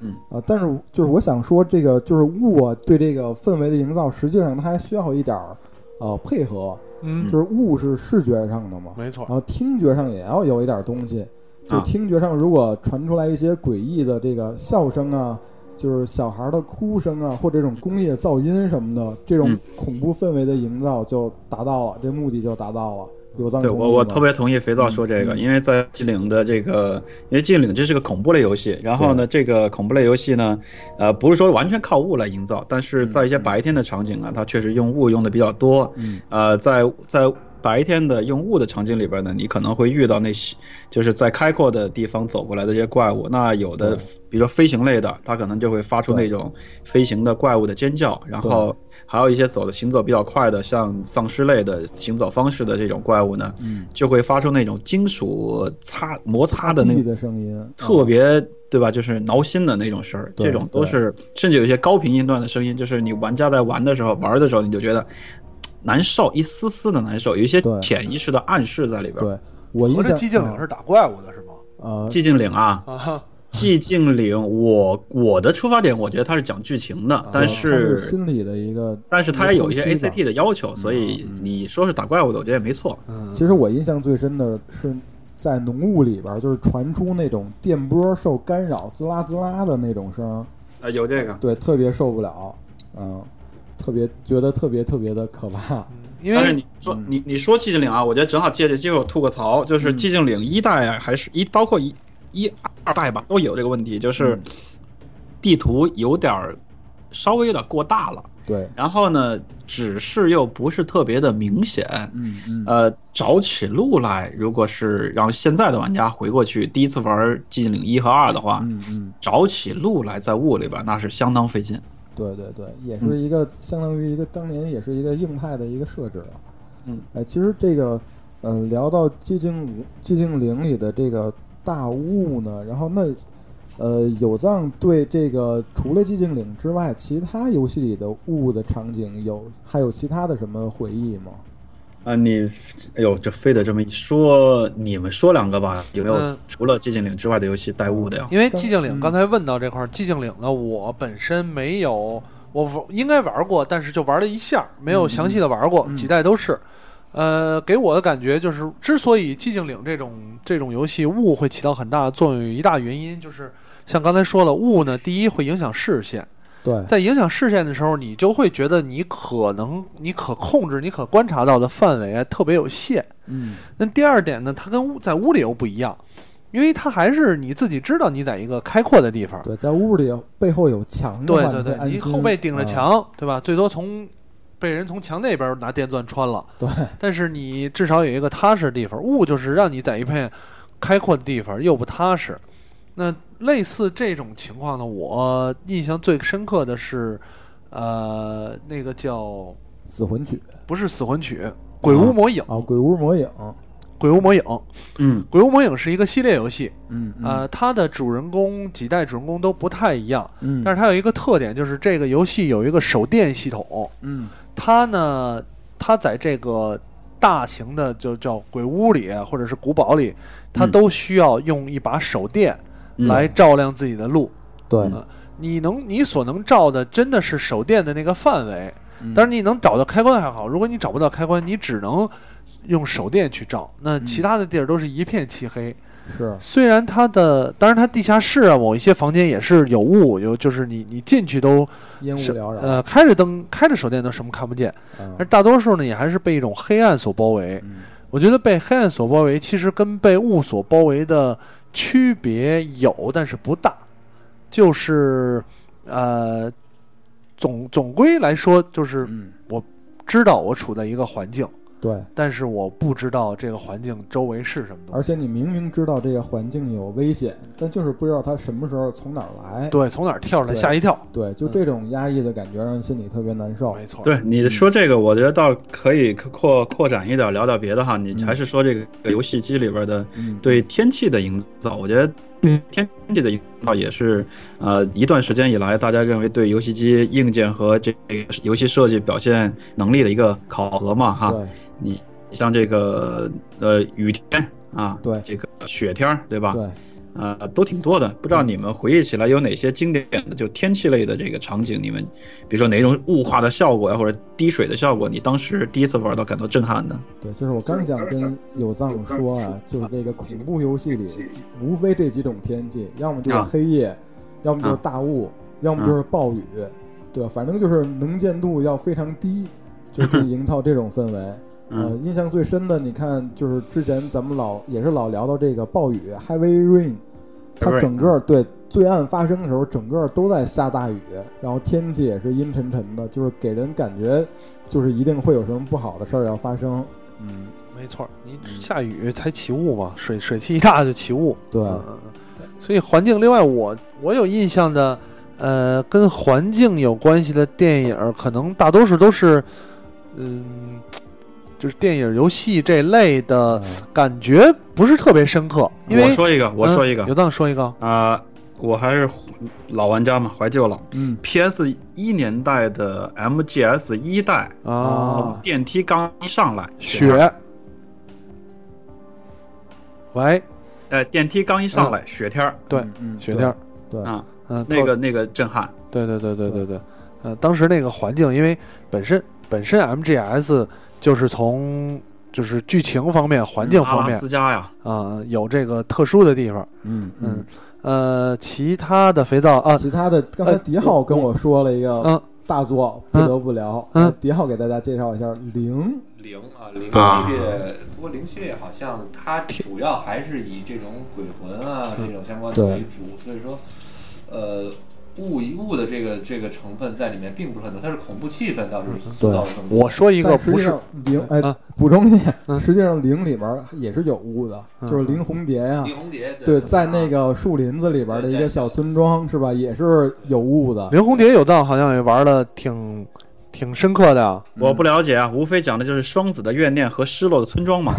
嗯
啊，但是就是我想说，这个就是雾啊，对这个氛围的营造，实际上它还需要一点儿呃配合，
嗯，
就是雾是视觉上的嘛，
没错
然，后听觉上也要有一点东西。就
啊
听觉上，如果传出来一些诡异的这个笑声啊，就是小孩的哭声啊，或者这种工业噪音什么的，这种
嗯
恐怖氛围的营造就达到了，这目的就达到了。有藏
对我，我特别同意肥皂说这个，因为在寂岭的这个，因为寂岭这是个恐怖类游戏，然后呢，这个恐怖类游戏呢，呃，不是说完全靠雾来营造，但是在一些白天的场景啊，它确实用雾用的比较多，
嗯，
呃，在在白天的用雾的场景里边呢，你可能会遇到那些就是在开阔的地方走过来的这些怪物，那有的比如说飞行类的，它可能就会发出那种飞行的怪物的尖叫，然后还有一些走的行走比较快的，像丧尸类的行走方式的这种怪物呢，
嗯
就会发出那种金属擦摩擦的那
地
种
的声音，啊
特别对吧？就是挠心的那种声儿，
对
这种都是，甚至有一些高频音段的声音，就是你玩家在玩的时候、玩的时候，你就觉得嘖难受，一丝丝的难受，有一些
对
潜意识的暗示在里边。
对我印
合着
象嗯
寂静岭是打怪物的是吗？
呃
寂静 岭啊，
啊，
寂静岭，我我的出发点，我觉得它是讲剧情的，但
啊它
是
心理的一个
但是它也有一些
剖析吧
ACT 的嗯要求，所以你说是打怪物的，我觉得也没错。
嗯，
其实我印象最深的是在浓雾里边儿，就是传出那种电波受干扰滋啦滋啦的那种声儿，
啊，有这个，
对，特别受不了，嗯，特别觉得特别特别的可怕，
因
但是
为
你说你你说寂静岭啊，我觉得正好借着机会我吐个槽，就是寂静岭一代啊，还是一包括一一二代吧，都有这个问题，就是地图有点儿稍微有点过大了，
对，
然后呢，指示又不是特别的明显，
嗯嗯，
呃，找起路来，如果是让现在的玩家回过去第一次玩寂静岭一和二的话，
嗯嗯，
找起路来在雾里边那是相当费劲。
对对对，也是一个、相当于一个当年也是一个硬派的一个设置了。
嗯，
哎，其实这个，呃，聊到寂静五寂静岭里的这个大雾呢，然后那，呃，有藏对这个除了寂静岭之外，其他游戏里的雾的场景有还有其他的什么回忆吗？
啊，你，哎呦，这非得这么一说，你们说两个吧，有没有
嗯
除了寂静岭之外的游戏带雾的呀？
因为
刚
寂静岭
嗯
刚才问到这块儿，寂静岭呢，我本身没有，我玩应该玩过，但是就玩了一下，没
嗯
有详细的玩过，几代都是。呃，给我的感觉就是，之所以寂静岭这种这种游戏雾会起到很大的作用，有一大原因就是像刚才说了，雾呢，第一会影响视线，
对，
在影响视线的时候，你就会觉得你可能、你可控制、你可观察到的范围啊特别有限。
嗯，
那第二点呢，它跟屋在屋里又不一样，因为它还是你自己知道你在一个开阔的地方，
对，在屋里背后有墙的
对
话，
对
你会安
对，你
心
后背顶着
啊
墙，对吧？最多从被人从墙那边拿电钻穿了，
对，
但是你至少有一个踏实的地方。雾就是让你在一片开阔的地方又不踏实。那类似这种情况呢，我印象最深刻的是，呃，那个叫
死魂曲
不是《死魂曲》，《鬼屋魔影》
啊，《鬼屋魔影》
鬼屋魔影》《
嗯
鬼屋魔影》是一个系列游戏，
嗯，嗯
呃，它的主人公几代主人公都不太一样，
嗯，
但
是
是它有一个特点，就是这个游戏有一个手电系统，
嗯
它呢，它在这个大型的就叫鬼屋里或者是古堡里，它
嗯
都需要用一把手电
嗯
来照亮自己的路。
对，
嗯你能你所能照的真的是手电的那个范围，
嗯
但是你能找到开关还好，如果你找不到开关，你只能用手电去照，
嗯
那其他的地儿都是一片漆黑。
是
虽然它的，当然它地下室啊，某一些房间也是有雾，有就是你你进去都
烟雾
是
缭绕，
呃开着灯开着手电都什么看不见，
嗯
而大多数呢也还是被一种黑暗所包围。
嗯
我觉得被黑暗所包围，其实跟被雾所包围的区别有，但是不大，就是呃总总归来说，就是
嗯，
知道我处在一个环境，
对，
但是我不知道这个环境周围是什么东
而且
西。
你明明知道这个环境有危险，但就是不知道它什么时候从哪儿来，
对，从哪儿跳出来
对
吓一跳，
对，就这种压抑的感觉让心里特别难受，
没错。
对你说这个，我觉得倒可以扩扩展一点，聊点别的哈。你还是说这个游戏机里边的
嗯，
对天气的营造，我觉得对天气的营造也是呃一段时间以来大家认为对游戏机硬件和这个游戏设计表现能力的一个考核嘛
啊
哈。
对，
你像这个呃雨天啊，
对
这个雪天儿对吧？
对，
呃，都挺多的。不知道你们回忆起来有哪些经典的就天气类的这个场景？你们比如说哪种雾化的效果呀，或者滴水的效果，你当时第一次玩到感到震撼的？
对，就是我刚想跟有藏说啊，就是这个恐怖游戏里，无非这几种天气，要么就是
啊
黑夜，要么就是
啊
大雾，要么就是暴雨，对吧？反正就是能见度要非常低，就可以营造这种氛 围。
嗯
呃，印象最深的，你看，就是之前咱们老也是老聊到这个暴雨 （heavy rain），它
Rain，
整
嗯
个对罪案发生的时候，整个都在下大雨，然后天气也是阴沉沉的，就是给人感觉就是一定会有什么不好的事儿要发生。嗯，
没错儿，你
嗯
下雨才起雾嘛，水水汽一大就起雾。
对
嗯嗯嗯所以环境。另外我，我有印象的，呃，跟环境有关系的电影儿，可能大多数都是，嗯，就是电影、游戏这类的，感觉不是特别深刻。因为
嗯我说一个，我说一个
嗯有藏说一个，
啊、呃我还是老玩家嘛，怀旧了。
嗯
PS 一年代的 MGS 一代，从
啊，
电梯刚一上来，
雪。喂，
哎，电梯刚一上来，雪天儿
对
嗯，嗯
雪天儿，
对
啊，
嗯，
那个那个震撼，
对对对对
对
对对，呃，当时那个环境，因为本身本身 MGS 就是从就是剧情方面、环境
嗯阿
方
拉
面
斯加呀，
啊、有这个特殊的地方，
嗯
嗯，呃，其他的肥皂啊，
其他的，刚才
呃
迪浩跟我说了一个
嗯，
大作，不
嗯
得不聊。
嗯
呃迪浩给大家介绍一下零，
零啊，零
啊
系列，不过零系列好像它主要还是以这种鬼魂啊这种相关的
对
为主，所以说，呃，物一物的这个这个成分在里面并不是很多，但是恐怖气氛倒是塑造的更多。
我说一个
但实
不
际
是
上零，哎
啊，
补充一下，
嗯
实际上零里面也是有雾的，
嗯
就是林红蝶啊
李，红蝶
对，在那个树林子里边的一个小村庄是吧，也是有雾的。
林红蝶有藏，好像也玩的挺挺深刻的啊，
我不了解啊，无非讲的就是双子的怨念和失落的村庄嘛。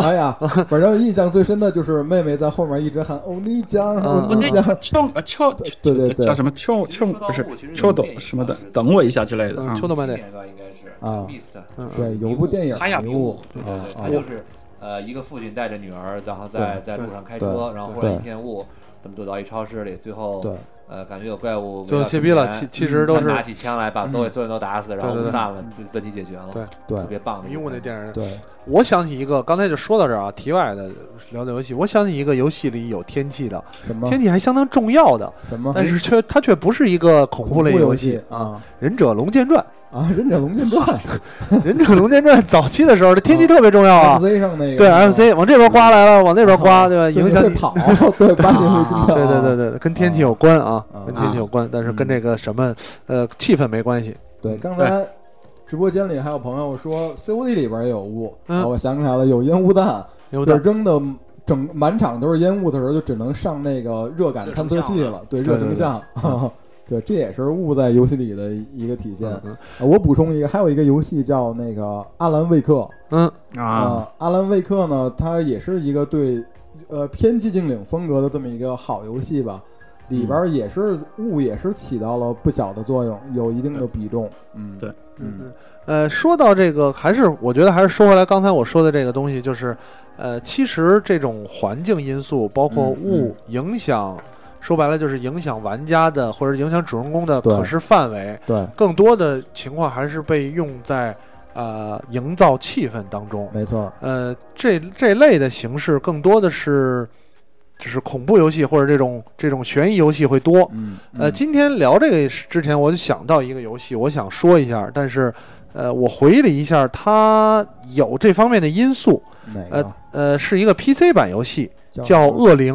哎呀，反正印象最深的就是妹妹在后面一直喊欧尼酱，
嗯
欧
那
尼酱，
冲啊冲，
对对对
叫什么
啊
冲冲不是冲等什么的，等我一下之类的
嗯，
啊。
秋豆漫
今
点，
年吧，应该是
啊
Mist，
嗯嗯
对，有部电影
哈亚
迷
迷
雾
雾，对对对，
啊
他就是呃一个父亲带着女儿，然后在在路上开车，然后忽
对
然一片雾，他们躲到一超市里，最后
对，
呃感觉有怪物围
就
绕
切
身
逼了，
边
其其实都
他
是
嗯
拿起枪来把所有所有人都打死，然后
对对对
散了，就问题解决了，
对
对
特别棒
嗯
的一
迷
个
雾
片子。
那电
对，
影。我想起一个，刚才就说到这儿啊，题外的聊聊游戏，我想起一个游戏里有天气的，
什么
天气还相当重要的。
什么？
但是却它却不是一个恐
啊恐
怖
怖
类游
游
戏，
啊
《忍者龙剑传
啊，忍者龙剑传》，
《忍者龙剑传》早期的时候，这天气特别重要啊。
，FC 上那个
对
是吧
FC 往这边刮来了，往那边刮，对吧？
就
影
你
响
会
你。啊
跑， 对，把你会跟
对
着
对对对，跟天气有关啊
啊，
跟天气有关，但是跟这个什么呃气氛没关系。
对，刚才直播间里还有朋友说 COD 里边也有雾，
嗯
啊我想起来了，有烟雾弹，
有
就是
的
扔的整满场都是烟雾的时候，就只能上那个热感
热
探
成
测
像
器
了
了，对，
对
热成
对
像。 对，这也是雾在游戏里的一个体现。
嗯嗯
啊我补充一个，还有一个游戏叫那个《阿兰魏克》
嗯
啊，
呃阿兰魏克呢，它也是一个对呃偏寂静岭风格的这么一个好游戏吧。里边儿也是雾，也是起到了不小的作用，有一定的比重。嗯，
对，
嗯，
呃，说到这个，还是我觉得还是说回来刚才我说的这个东西，就是呃，其实这种环境因素，包括
嗯嗯
物影响，说白了就是影响玩家的或者影响主人公的
对
可视范围，
对，
更多的情况还是被用在呃营造气氛当中。
没错儿。
呃，这这类的形式更多的是就是恐怖游戏或者这种这种悬疑游戏会多。
嗯，
呃，今天聊这个之前，我就想到一个游戏，我想说一下，但是，呃，我回忆了一下，它有这方面的因素。
哪个？
呃，是一个 PC 版游戏，
叫
叫《恶灵》，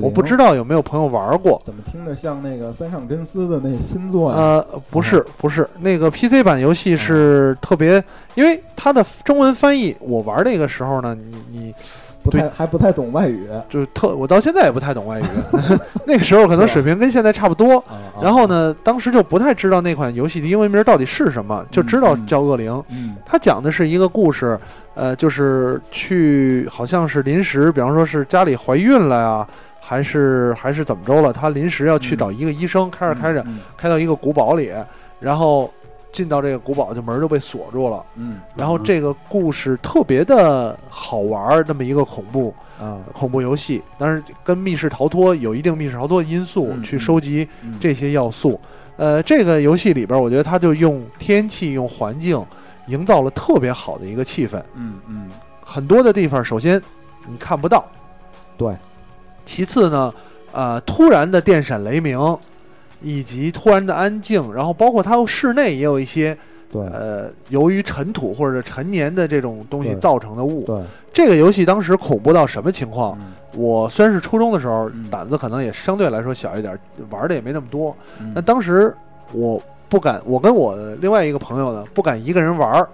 我不知
道
道有没有朋友玩过。
怎么听着像那个三上真司的那新作呀？
呃，不是，不是，那个 PC 版游戏是特别，因为它的中文翻译，我玩那个时候呢，你你
不太还不太懂外语啊。
就是特，我到现在也不太懂外语，那个时候可能水平跟现在差不多。
哦啊
然后呢，当时就不太知道那款游戏的英文名到底是什么，就知道叫《恶灵》。
嗯？
它讲的是一个故事，呃，就是去好像是临时，比方说是家里怀孕了呀，还是还是怎么着了，她临时要去找一个医生，开着
嗯，
开着
嗯，
开到一个古堡里，然后进到这个古堡，就门就被锁住了。
嗯
然后这个故事特别的好玩儿，那么一个恐怖，
啊，
恐怖游戏，但是跟密室逃脱有一定密室逃脱因素
嗯
去
嗯
收集
嗯
这些要素。呃，这个游戏里边，我觉得它就用天气、用环境，营造了特别好的一个气氛。
嗯嗯
很多的地方，首先你看不到，
对。
其次呢，呃，突然的电闪雷鸣，以及突然的安静，然后包括它室内也有一些
对
呃，由于尘土或者陈年的这种东西
对
造成的雾。
对，
这个游戏当时恐怖到什么情况？
嗯
我虽然是初中的时候
嗯，
胆子可能也相对来说小一点，玩的也没那么多。
嗯
但当时我不敢，我跟我另外一个朋友呢，不敢一个人玩儿。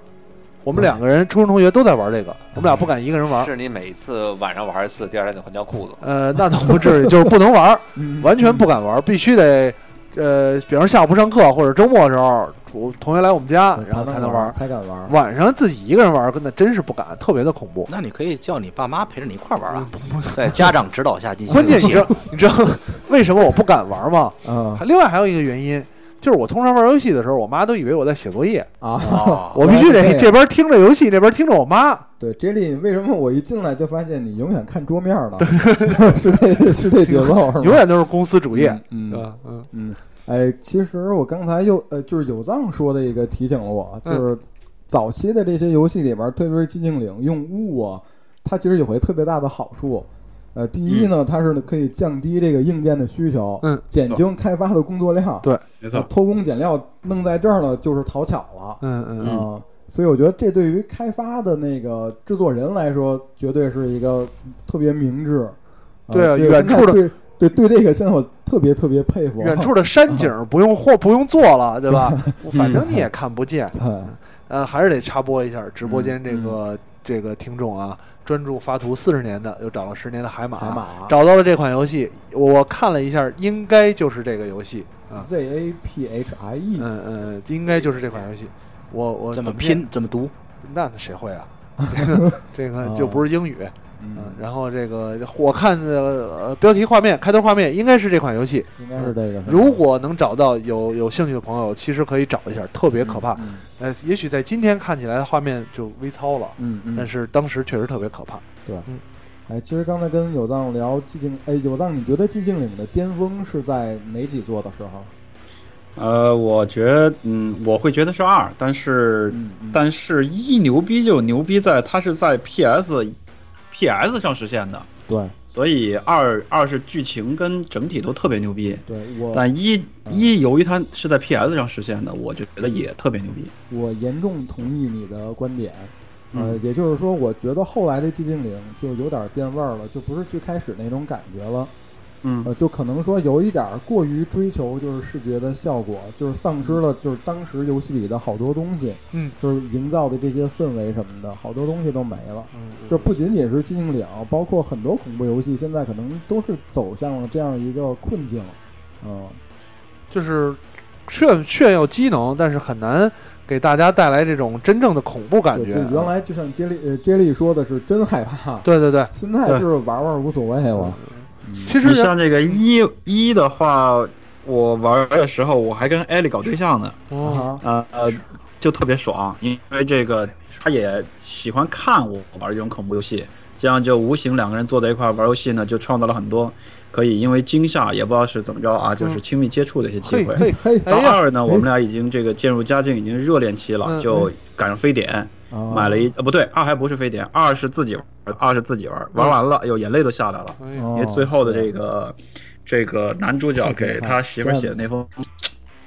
我们
对
两个人，初中同学都在玩这个，我们俩不敢一个人玩儿。
是你每次晚上玩一次，第二天就换尿裤子。
呃，那倒 不至于，就是不能玩儿，
嗯
完全不敢玩儿，必须得，呃，比方说下午不上课或者周末的时候，我同学来我们家，
对
然后才
能
能玩
儿
儿。
才敢玩儿。
晚上自己一个人玩儿，那真是不敢，特别的恐 怖。
那你可以叫你爸妈陪着你一块儿玩啊，在家长指导下进行游
关
戏。
键你知道，你知道为什么我不敢玩儿吗？
啊
还另外还有一个原因，就是我通常玩游戏的时候，我妈都以为我在写作业，
啊，
哦，
我必须
原来
得
是这
这边听着游戏，那边听着我妈。
对，Jelly，为什么我一进来就发现你永远看桌面儿呢？ 是这是这节奏是吗？
永远都是公司主业，
嗯
对
嗯
吧？嗯，
嗯，哎，其实我刚才又呃，就是有藏说的一个提醒了我，啊就
嗯
是早期的这些游戏里边，特别是寂静岭用雾啊，它其实有回特别大的好处。呃，第一呢，它是可以降低这个硬件的需求，
嗯，
减轻开发的工作量。
没
啊
错，
偷工减料弄在这儿了，就是讨巧了。
嗯嗯嗯，
啊，所以我觉得这对于开发的那个制作人来说，绝对是一个特别明智。啊
对啊
所以我
远
现在
处的
对对对这个现在我特别特别佩服。啊
远 处的山景不用或不用做了，对吧？反正你 也看不见。
对，
呃，还是得插播一下直播间这个这个听众啊，专注发图四十年的，又找了十年的海马，
海马
找到了这款游戏。我看了一下，应该就是这个游戏啊，
Z A P H I E
嗯嗯，应该就是这款游戏。我我
怎么
念
拼怎么读？
那谁会啊？这个这个就不是英语，
嗯
嗯，然后这个我看呃标题画面、开头画面应该是这款游戏。
应该是这个。
如果能找到有有兴趣的朋友，其实可以找一下，特别可怕。
嗯
呃，也许在今天看起来画面就微糙了，
嗯嗯，
但是当时确实特别可怕。
哎，其实刚才跟有藏聊寂静，哎，有藏，你觉得寂静岭的巅峰是在哪几座的时候？
呃，我觉得，嗯，我会觉得是二，但是，
嗯嗯
但是一牛逼就牛逼在它是在 PS PS 上实现的，
对
所以二二是剧情跟整体都特别牛逼。
对，我
但一
嗯
一由于它是在 PS 上实现的，我就觉得也特别牛逼。
我严重同意你的观点。呃，
嗯
也就是说，我觉得后来的寂静岭就有点变味儿了，就不是最开始那种感觉了。
嗯
呃，就可能说有一点儿过于追求就是视觉的效果，就是丧失了就是当时游戏里的好多东西，
嗯，
就是营造的这些氛围什么的，好多东西都没了。
嗯
就不仅仅是寂静岭，包括很多恐怖游戏，现在可能都是走向了这样一个困境。嗯，
就是炫炫耀机能，但是很难给大家带来这种真正的恐怖感
对，
觉。
啊
就原来就像杰利呃杰利说的是真害怕，
对对对，
现在就是玩玩无所谓了。
其实人
你像这个一一的话，我玩的时候我还跟艾莉搞对象呢，
哦
啊，
呃呃，就特别爽，因为这个他也喜欢看我玩这种恐怖游戏，这样就无形两个人坐在一块儿玩游戏呢，就创造了很多可以因为惊吓也不知道是怎么着啊，
嗯
就是亲密接触的一些机会。
嘿
嘿
到
哎呀
二呢，我们俩已经这个渐入佳境，已经热恋期
嗯
了，
嗯哦
就赶上非典，
啊，
买了一呃不对，二还不是非典，二是自己玩，二是自己玩，玩完了，哎呦眼泪都下来了。
哎呀
哦，
因为最后的这个这个男主角给他媳妇儿写的那封，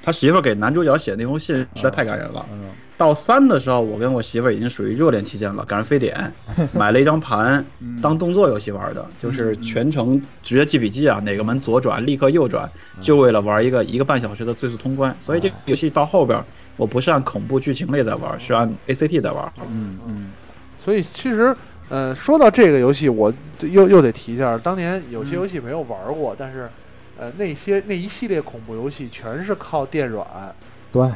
他媳妇儿给男主角写的那封信实在太感人了。
嗯，
到三的时候，我跟我媳妇儿已经属于热恋期间了，赶上非 典，买了一张盘
嗯
当动作游戏玩的，就是全程直接记笔记啊，哪个门左转立刻右转，
嗯
就为了玩一个一个半小时的最速通关。所以这个游戏到后边，我不是按恐怖剧情类在玩，是按 ACT 在玩。
嗯嗯
所以其实，呃，说到这个游戏，我又又得提一下，当年有些游戏没有玩过，但是，呃，那些那一系列恐怖游戏全是靠电软，
对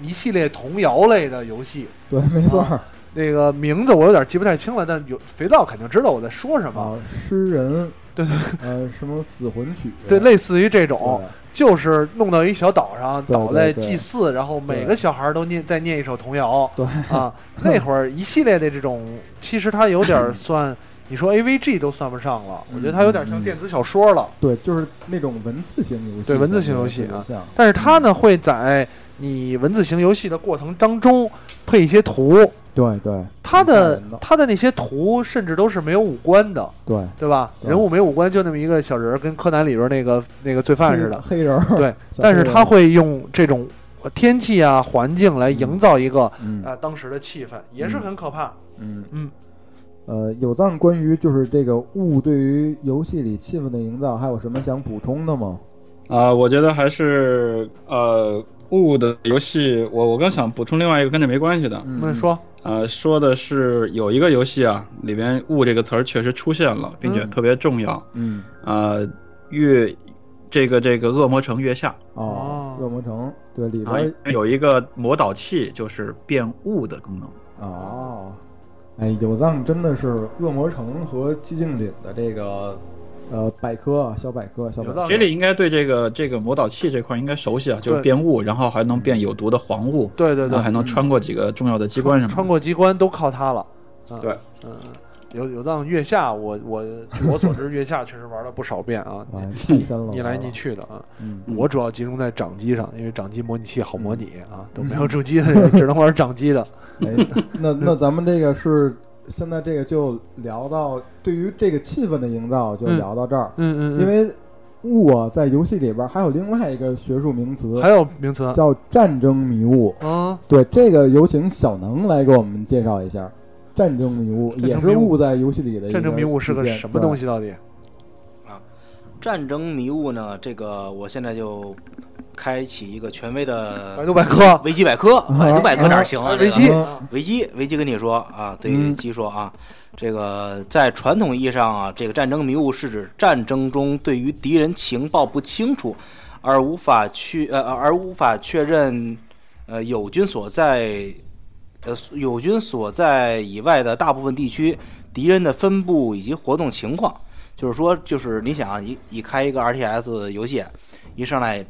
一系列童谣类的游戏。
对，没
啊
错儿
那个名字我有点记不太清了，但有肥皂肯定知道我在说什么。
啊，诗人
哦对对
呃什么死魂曲，
对，类哦似于这种，
对
就是弄到一小岛上，
对对
倒在
对
祭祀，然后每个小孩儿都念再念一首童谣。
对
啊，那会儿一系列的这种，其实它有点儿算，你说 A V G 都算不上了，
嗯
我觉得它有点像电子小说了。
对，就是那种文字型游戏，
对文字型游戏啊
啊，
但是它呢，会在你文字型游戏的过程当中配一些图，
对对
它
挺
的
吓人的
它的那些图甚至都是没有五官的，
对，
对吧？
对
人物没有五官，就那么一个小人儿，跟柯南里边儿那个那个罪犯似的。
黑黑人儿，
对
小
但
黑
是
人
他
儿，
会用这种呃天气啊、环境来营造一个
嗯
呃当时的气氛，也是很可怕。
嗯
嗯，
呃，有藏关于就是这个雾对于游戏里气氛的营造，还有什么想补充的吗？
啊、我觉得还是呃雾的游戏，我我刚想补充另外一个跟这没关系的，
我们嗯说，
呃，说的是有一个游戏啊，里边“雾”这个词儿确实出现了，并且特别重要。
嗯，
呃，月这个这个恶魔城月下，
哦
哦，哎
恶魔城对里
然后
边
有一个魔导器，就是变雾的功能。
儿哦，哎，有藏真的是恶魔城和寂静岭的这个呃百科啊，小百科，小百
有
科
藏
杰里应该对这个这个魔导器这块应该熟悉啊，就是
对
变雾，然后还能变有毒的黄雾，
对对
然
对嗯
后，还能穿过几个重要的机关什么的。
穿过机关都靠它了。嗯
对，
嗯，有有藏月下，我我据我所知，月下确实玩了不少遍啊，
哎，
哦
太深了，
你来
玩
你
了，
去的啊。
嗯
我主要集中在掌机上，因为掌机模拟器好
嗯
模拟啊，都没有主机 的，只能玩掌机的。
哎，那那咱们这个是现在这个就聊到对于这个气氛的营造，就
嗯
聊到这儿，
嗯嗯，
因为雾啊在游戏里边儿还有另外一个学术名词
还有名词
叫战争迷雾。
啊，
对，这个有请小能来给我们介绍一下战争迷雾，
战
也
争
是
迷雾
雾在游戏里的一
战争迷雾是个
一件
什么东？
对
西？到底？
战争迷雾呢，这个我现在就开启一个权威的
百度百科
维基百科，百度百科哪儿行啊？
维
这个
基
嗯
维基，维基跟你说啊，对
嗯
基说啊，这个在传统意义上啊，这个战争迷雾是指战争中对于敌人情报不清楚，而无法去呃而无法确认呃友军所在呃友军所在以外的大部分地区敌人的分布以及活动情况。就是说，就是你想啊你你开一个 RTS 游戏，一上来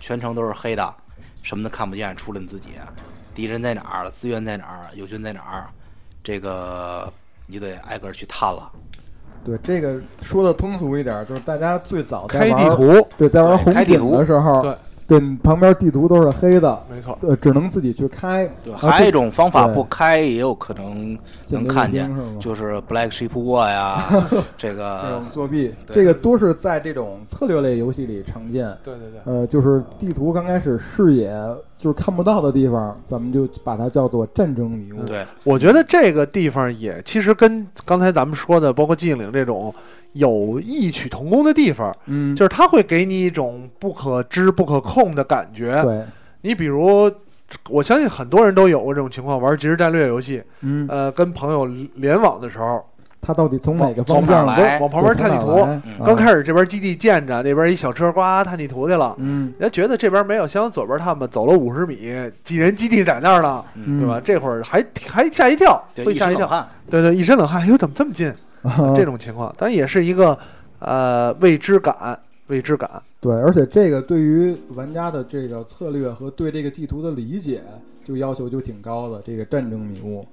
全程都是黑的，什么都看不见，除了你自己。啊敌人在哪儿，资源在哪儿，友军在哪儿，这个你得挨个儿去探了。
对，这个说的通俗一点，就是大家最早在
开
玩
地，图，
对，在玩
对
红
开地
警
图
的时候，
对
对，你旁边地图都是黑的，呃
没错。
对，只能自己去开。
对，
啊
还有一种方法
对
不开也有可能
这
能看
这
见
明星是吗，
就是 Black Sheep War 呀，这
这
个
种作弊，
对
呃这个都是在这种策略类游戏里常见。
对对对，
呃，就是地图刚开始视野就是看不到的地方，咱们就把它叫做战争迷雾。
对
我觉得这个地方也其实跟刚才咱们说的，包括寂静岭这种，有异曲同工的地方，
嗯，
就是它会给你一种不可知、不可控的感觉。
对，
你比如，我相信很多人都有过这种情况，玩即时战略游戏，
嗯，
呃，跟朋友联网的时候，
他到底从哪个
往
方向
哪
往
来
往旁边探地图，
图
刚开始这边基地建着，那边一小车呱探地图去了。
嗯，
人家觉得这边没有，像左边他们走了五十米，几人基地在那儿呢，
嗯
对吧？？这会儿还还吓一跳，
对
会吓一
身
跳，
冷汗。
对对，一身冷汗，哎呦，怎么这么近？
啊
这种情况，但也是一个呃未知感，未知感。啊
对，而且这个对于玩家的这个策略和对这个地图的理解，就要求就挺高的。这个战争迷雾，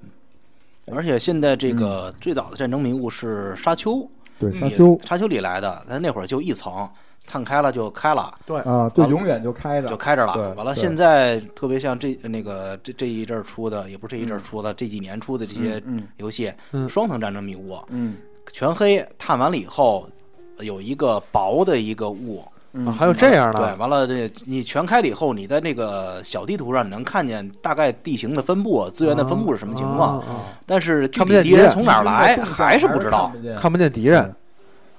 而且现在这个最早的战争迷雾是沙丘，
嗯对沙
里
丘
沙丘里来的，咱那会儿就一层，探开了就开了，
啊，就永远就开着，
就开着
对
了。完了，
对
现在特别像这那个这这一阵儿出的，也不是这一阵儿出的，这几年出的这些
嗯
游戏，
嗯
双层战争迷雾
嗯
全黑，探完了以后有一个薄的一个雾，
嗯
啊，还有这样
对，
的，
完了这你全开了以后，你在那个小地图上你能看见大概地形的分布、资源的分布是什么情况，
嗯
啊啊
但是具
看不见
体敌
敌
人
人
从哪儿来还是不知道
看。见
啊看不见敌人。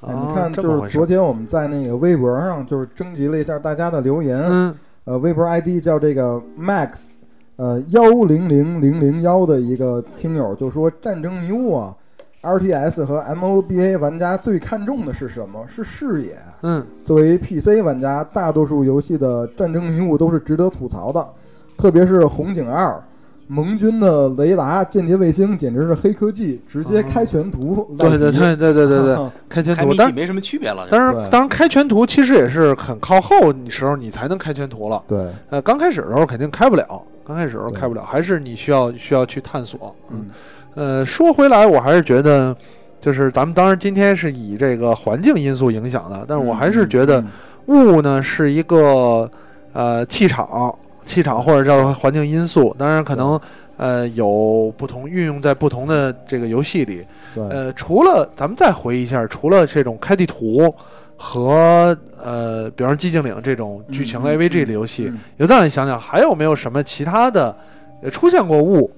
哎，
啊
你看，
这
嗯就
么回
是
事
昨天我们在那个微博上，就是征集了一下大家的留言。
嗯
呃，微博 ID 叫这个 Max，呃幺零零零零幺的一个听友就说：“战争迷雾啊，RTS 和 MOBA 玩家最看重的是什么？是视野。
嗯，
作为 PC 玩家，大多数游戏的战争迷雾都是值得吐槽的，特别是《红警二》。”盟军的雷达、间谍卫星简直是黑科技，直接开全图来比。
哦对对对对对对对，开全
开
图，
谜底
但
没什么区别了，
当然
嗯对
当然开全图其实也是很靠后你时候你才能开全图了。
对，
呃，刚开始的时候肯定开不了，刚开始的时候
对
开不了，还是你需要需要去探索。
嗯，
呃，说回来，我还是觉得。就是咱们当然今天是以这个环境因素影响的，但是我还是觉得
嗯
雾呢是一个呃气场，气场或者叫环境因素，当然可能呃有不同运用在不同的这个游戏里。
对，
呃，除了咱们再回忆一下，除了这种开地图和呃，比方说寂静岭这种剧情类
嗯嗯
AVG 的游戏，
嗯
有藏你想想还有没有什么其他的呃出现过雾，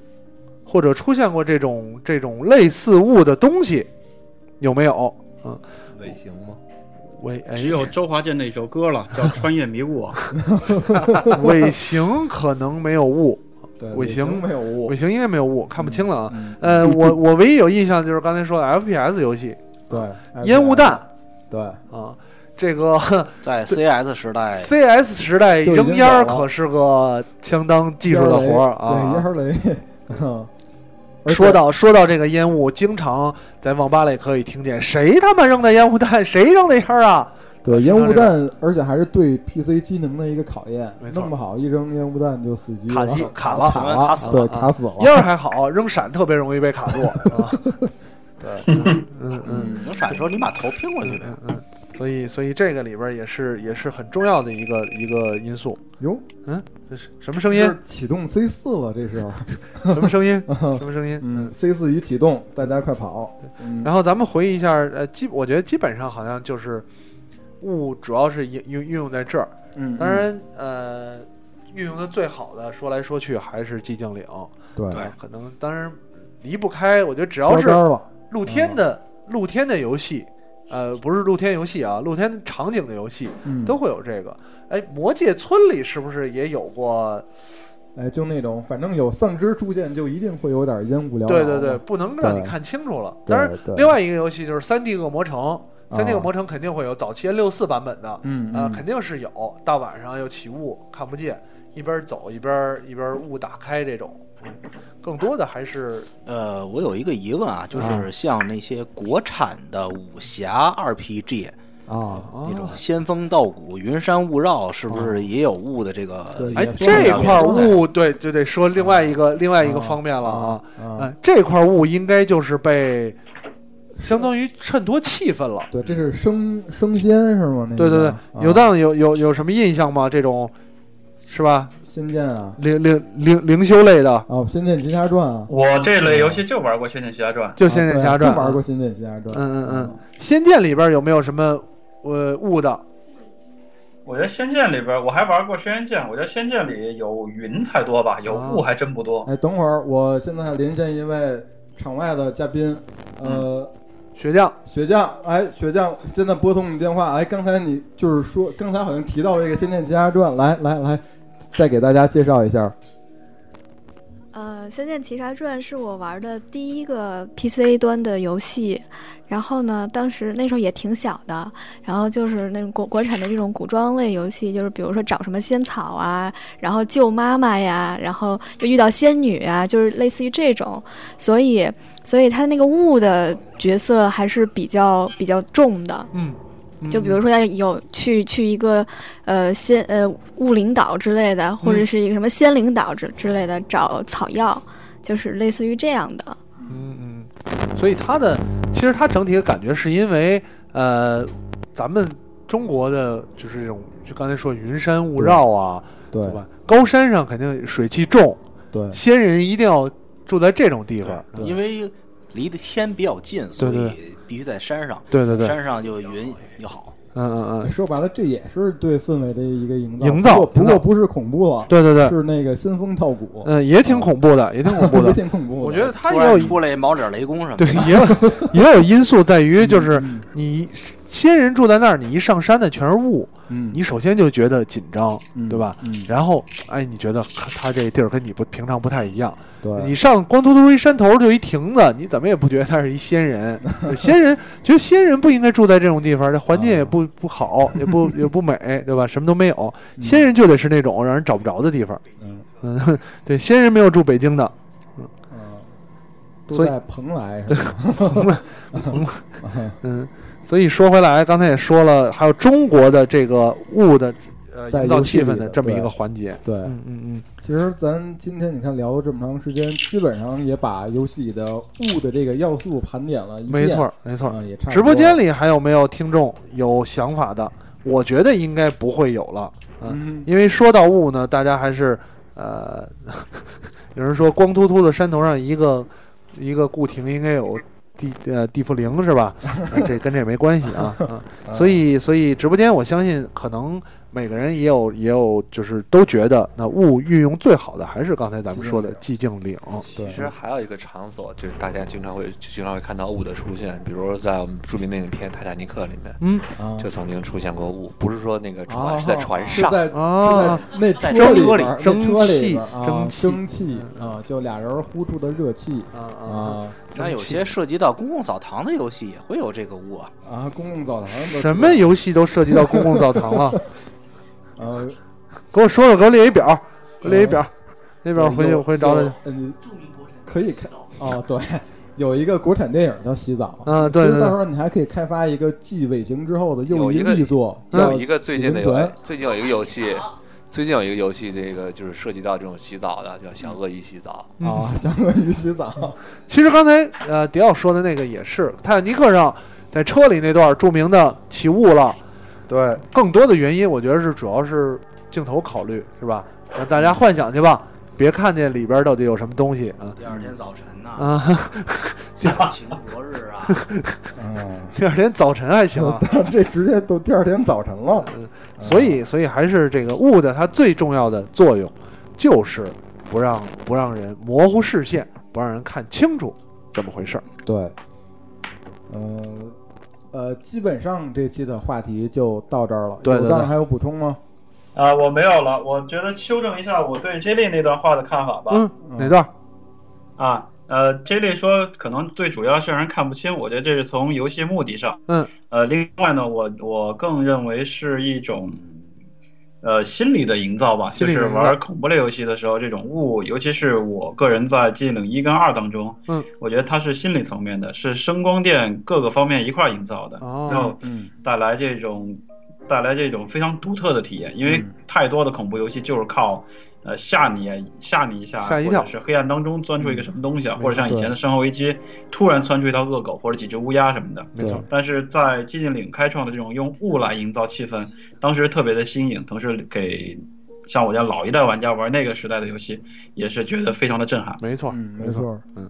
或者出现过这种这种类似雾的东西，有没有？
尾行吗？
尾哎
只有周华健那首歌了，叫《穿越迷雾》啊。
尾行可能没有雾，
对
尾行
没有雾
尾，行应该没有雾，看不清了啊。
嗯
呃，我我唯一有印象就是刚才说的 FPS 游戏
对，
烟雾弹，
对，
啊，这个
在 CS 时代
CS 时代
哎就已经
扔烟儿
有了
可是个相当技术的活儿
对，
啊。
烟雷。嗯而且
说到说到这个烟雾，经常在网吧里可以听见谁他妈扔的烟雾弹，谁扔的烟 儿啊？
对
说
烟
到
雾
这个
弹，而且还是对 PC 机能的一个考验
没，错
弄不好一扔烟雾弹就死机
卡
了
机，卡
啊卡
了
卡
卡死了
对，
啊
卡死了。
烟儿还好，扔闪特别容易被卡 住啊。对，嗯嗯
能闪的时候你把头偏过去呗。
嗯嗯，所以所以这个里边儿也是也是很重要的一个一个因素。
哟，
这是什么声
这
音
是？启动 C 四了，这 是，
什么声音？什么声音？
嗯，C 四已启动，大家快跑。嗯
然后咱们回忆一下，呃，基我觉得基本上好像就是雾，主要是应用运用在这儿。
嗯，
当然，呃，运用的最好的，说来说去还是寂静岭。
嗯对，
啊可能当然离不开，我觉得只要
标
是
杆嗯儿了，
露天的露天的游戏，呃，不是露天游戏啊，露天场景的游戏
嗯，
都会有这个。哎，魔界村里是不是也有过？
哎，就那种，反正有丧尸出现，就一定会有点烟雾缭绕。
对对对，，不能让你
对
看清楚了。
对
当然，
对
另外一个游戏就是三 D 恶魔城，三 D
啊
恶魔城肯定会有早期 N 六四版本的，
嗯
呃，
嗯
肯定是有。大晚上又起雾，看不见，一边走一边一边雾打开这种。更多的还是
呃，我有一个疑问啊，
嗯
就是像那些国产的武侠 RPG
啊，
哦
那种仙风道骨、云山雾绕，是不是也有雾的这个
对？
哎
也算
这
是
块雾，对，就得说另外一个另外一个方面了啊。
啊
哎，这块雾应该就是被相当于衬托气氛了。
对，这是升升仙是吗？那
对对
个
对
啊，
有藏有有有什么印象吗？这种是吧？
仙剑啊，
灵灵灵灵修类的，
啊，《仙剑奇侠传》啊，
我这类游戏就玩过《仙剑奇侠传》，
就《仙剑
啊
奇
对啊
侠传》
就玩过《仙剑奇侠传》。
嗯嗯嗯，《仙剑》里边有没有什么呃雾的？
我觉得《仙剑》里边我还玩过《轩辕剑》，我觉得《仙剑》里有云才多吧，有雾还真不多。
嗯
哎，等会儿，我现在连线一位场外的嘉宾，呃，
学匠，
雪降，哎，雪降，现在拨通你电话。哎，刚才你就是说，刚才好像提到这个《仙剑奇侠传》，来来来，再给大家介绍一下。
呃，《仙剑奇侠传》是我玩的第一个 PC 端的游戏，然后呢，当时那时候也挺小的，然后就是那种国国产的这种古装类游戏，就是比如说找什么仙草啊，然后救妈妈呀，然后就遇到仙女啊，就是类似于这种，所以所以他那个雾的角色还是比较比较重的，
嗯，
就比如说要有去去一个呃仙呃雾灵岛之类的，或者是一个什么仙灵岛之之类的找草药，就是类似于这样的。
嗯嗯，所以它的其实它整体的感觉是因为呃，咱们中国的就是这种就刚才说云山雾绕啊，
对
对吧？高山上肯定水气重，
对，
仙人一定要住在这种地方。
对
因为离得天比较近，所
对
以必须在山上。
对对对，
山上就云就好。
嗯嗯嗯，
说白了，这也是对氛围的一个营造，
营造
不过不
营造
过不是恐怖了，
对对对，
是那个仙风道骨，
嗯，也挺恐怖的，也挺恐怖
也
的。
挺恐怖的。
我觉得它
突
也有
然出来毛指雷公什 么的
对，，也有也有因素在于，就是你仙人住在那儿，你一上山的全是雾，
嗯，
你首先就觉得紧张，
嗯
对吧？
嗯，
然后哎，你觉得他这地儿跟你不平常不太一样，
对，
你上光秃秃一山头就一亭子，你怎么也不觉得他是一 仙人？仙人觉得仙人不应该住在这种地方，这环境
啊
也不不好，也不也不美，对吧？什么都没有，
嗯
仙人就得是那种让人找不着的地方。
嗯
嗯， 对，仙人没有住北京的，
嗯，都
所以
在蓬莱 是吧？
嗯，所以说回来，刚才也说了，还有中国的这个雾的呃
在
营造
游戏
气氛
里
的
的
这么一
对
个环节。
对，
嗯嗯
其实咱今天你看聊了这么长时间，基本上也把游戏里的物的这个要素盘点了一
嗯，
遍，
没错没错。
嗯，也差不多
直播间，里还有没有听众有想法的？我觉得应该不会有了，
嗯，
因为说到雾呢，大家还是呃， 有人说光秃秃的山头上一个一个固亭应该有地呃地缚灵是吧？呃这跟这没关系啊。 嗯所以，所以直播间，我相信可能每个人也有也有，就是都觉得那物运用最好的还是刚才咱们说的寂静岭。
对
其实还有一个场所，就是大家经常会经常会看到雾的出现，比如说在我们著名的影片《泰坦尼克》里面，
嗯
啊
就曾经出现过雾，不是说那个
哦
船是在船
是
上，
在
啊，
是在
在
那车
车
里
里
边儿，
蒸
那车里
汽
边儿啊
蒸
蒸
汽
汽啊，就俩人呼出的热气
嗯啊啊！
啊
那有些涉及到公共澡堂的游戏也会有这个雾啊。
啊！公共澡堂都
什么游戏都涉及到公共澡堂 了，
呃，
给我说说，给我列一表，给我列一表，那
那
边回去我回去找找去。
呃
嗯，可以看哦，对， 有一个国产电影叫《洗澡》。
嗯，对
其实
对
到时
对，
候你还可以开发一个继尾行之后的又
有
一
一个
力作，叫
有一个最近的嗯
洗温
游
泉，
最近有一个游戏，最近有一个游戏，这个就是涉及到这种洗澡的，叫小鳄鱼洗澡。
嗯
啊，相当于洗澡，
其实刚才呃迪奥说的那个也是，泰坦尼克上在车里那段著名的起雾了，
对，
更多的原因，我觉得是主要是镜头考虑，是吧？让大家幻想去吧，别看见里边到底有什么东西啊
第二天早晨呐，
啊！
下晴博日啊，
嗯，
第二天早晨还行、啊，呃
这直接都第二天早晨了，嗯
所以所以还是这个雾的它最重要的作用，就是不让不让人模糊视线，不让人看清楚这么回事儿。
嗯对，呃呃，基本上这期的话题就到这儿了。
对
有
对
藏
对
还有补充吗？
啊，我没有了。我觉得修正一下我对 Jelly 那段话的看法吧。
嗯，哪段？
啊，呃，Jelly 说可能对主要是让人看不清，我觉得这是从游戏目的上。
嗯，
呃，另外呢，我我更认为是一种。呃，心理的营造吧，
心
就
理的
是
营造
玩恐怖类游戏的时候，这种雾，尤其是我个人在《寂静岭一》跟二当中，
嗯，
我觉得它是心理层面的，是声光电各个方面一块儿营造的，
哦
然后
嗯
带来这种带来这种非常独特的体验，因为
嗯
太多的恐怖游戏就是靠呃吓你吓你一下，
吓一
或
跳
者是黑暗当中钻出一个什么东西啊，
嗯
或者像以前的《生化危机》突然窜出一条恶狗或者几只乌鸦什么的。
没错，
但是在寂静岭开创的这种用雾来营造气氛，当时特别的新颖，同时给像我家老一代玩家玩那个时代的游戏，也是觉得非常的震撼。
没错，
嗯，没
没错
错，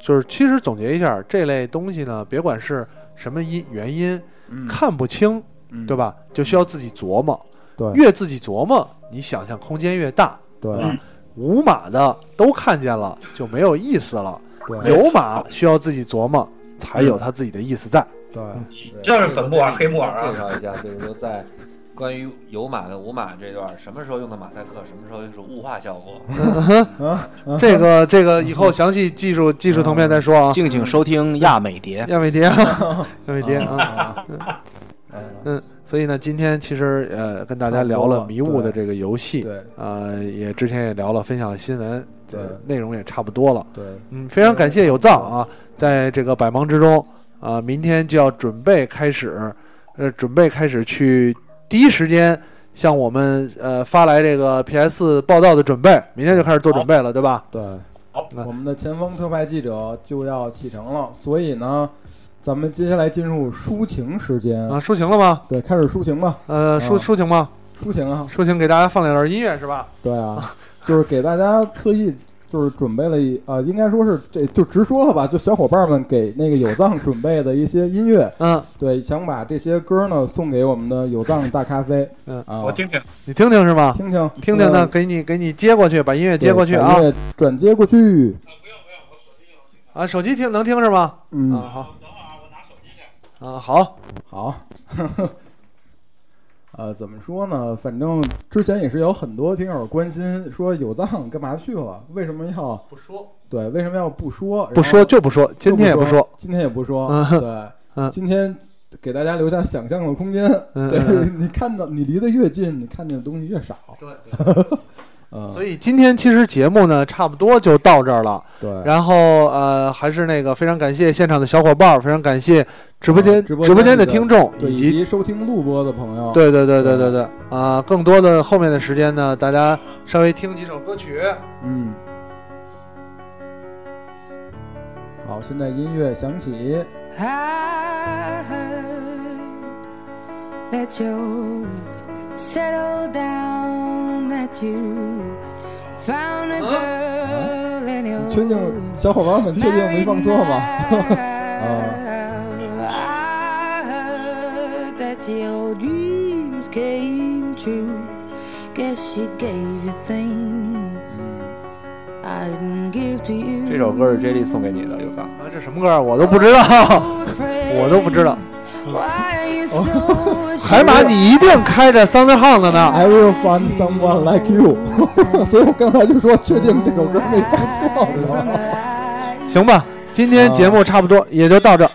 就是其实总结一下，这类东西呢，别管是什么因原因，
嗯，
看不清，
嗯
对？吧？就需要自己琢磨。
对
越自己琢磨，你想象空间越大，
对
嗯无码的都看见了就没有意思了，
对
有码需要自己琢磨，才
嗯
有它自己的意思在。
对，
这是粉木耳黑木耳啊
介绍一下，就是说在关于有马跟无马这段，什么时候用的马赛克，什么时候就是物化效果。
嗯
这个这个以后详细技术技术层面再说啊。
嗯
嗯敬请收听亚美蝶，
亚美蝶，亚美蝶啊。嗯，所以呢，今天其实呃跟大家聊了迷雾的这个游戏，
对，
呃也之前也聊了，分享了新闻，
对
呃，内容也差不多了，
对，
嗯，非常感谢有藏啊，在这个百忙之中啊、明天就要准备开始，呃，准备开始去第一时间向我们呃发来这个 PS 报道的准备，明天就开始做准备了，
嗯
对吧？
对，好，我们的前方特派记者就要启程了，所以呢，咱们接下来进入抒情时间
啊，抒情了吗？
对，开始抒情吧。
呃，抒
啊
抒情吗？
抒情啊，
抒情给大家放两段音乐是吧？
对 啊，就是给大家特意就是准备了一啊、应该说是这就直说了吧，就小伙伴们给那个有藏准备的一些音乐，
嗯，
对，想把这些歌呢送给我们的有藏大咖啡，
嗯
啊，
我听听，
你听听是吗？
听听
听听呢，给你给你接过去，把音乐接过去
嗯对
啊，
把音乐转接过去，
啊，手机听能听是吗？
嗯
啊好，啊好，
好， 呃，怎么说呢？反正之前也是有很多听友关心说有藏干嘛去了，为什么要不
说？
对，为什么要不说？
不说就不说今天也不
不
说
今天也不说。
嗯
对，今天给大家留下想象的空间。
嗯
对
嗯，
你看到你离得越近，你看见的东西越少。对，嗯，
所以今天其实节目呢，差不多就到这儿了。
对，
然后呃，还是那个非常感谢现场的小伙伴儿，非常感谢直播间、
直
啊直播间的听众
对
以
以
及
及收听录播的朋友。
对对对对对对啊、更多的后面的时间呢，大家稍微听几首歌曲。
嗯。好，现在音乐响起。
I heard that you've settled down, that you found a girl and
你
you're
确定小伙伴们确定没放错吗？啊，
I heard that your dreams came true. Guess she gave you things I didn't give to you.
这首歌是 J 莉送给你的，有藏。
啊，这什么歌儿我都不知道，我都不知道。 海马，你一定开着 Thunder Hound 呢。
I will find someone like you 。 所以我刚才就说，确定这首歌没放错
哎
是吧？
行吧，今天节目差不多也就到这儿。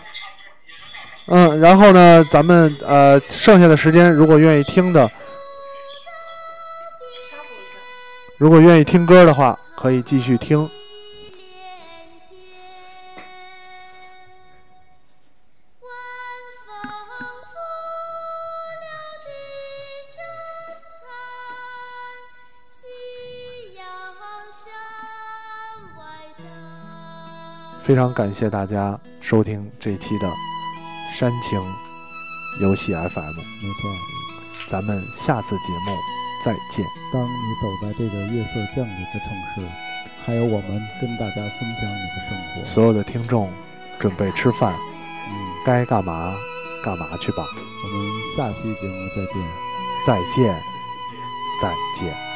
嗯，然后呢，咱们呃剩下的时间，如果愿意听的，如果愿意听歌的话，可以继续听。非常感谢大家收听这期的煽情游戏 FM，没
错，
咱们下次节目再见。
当你走在这个夜色降临的城市，还有我们跟大家分享你的生活。
所有的听众准备吃饭，该干嘛干嘛去吧。
我们下期节目再见。
再见，再见。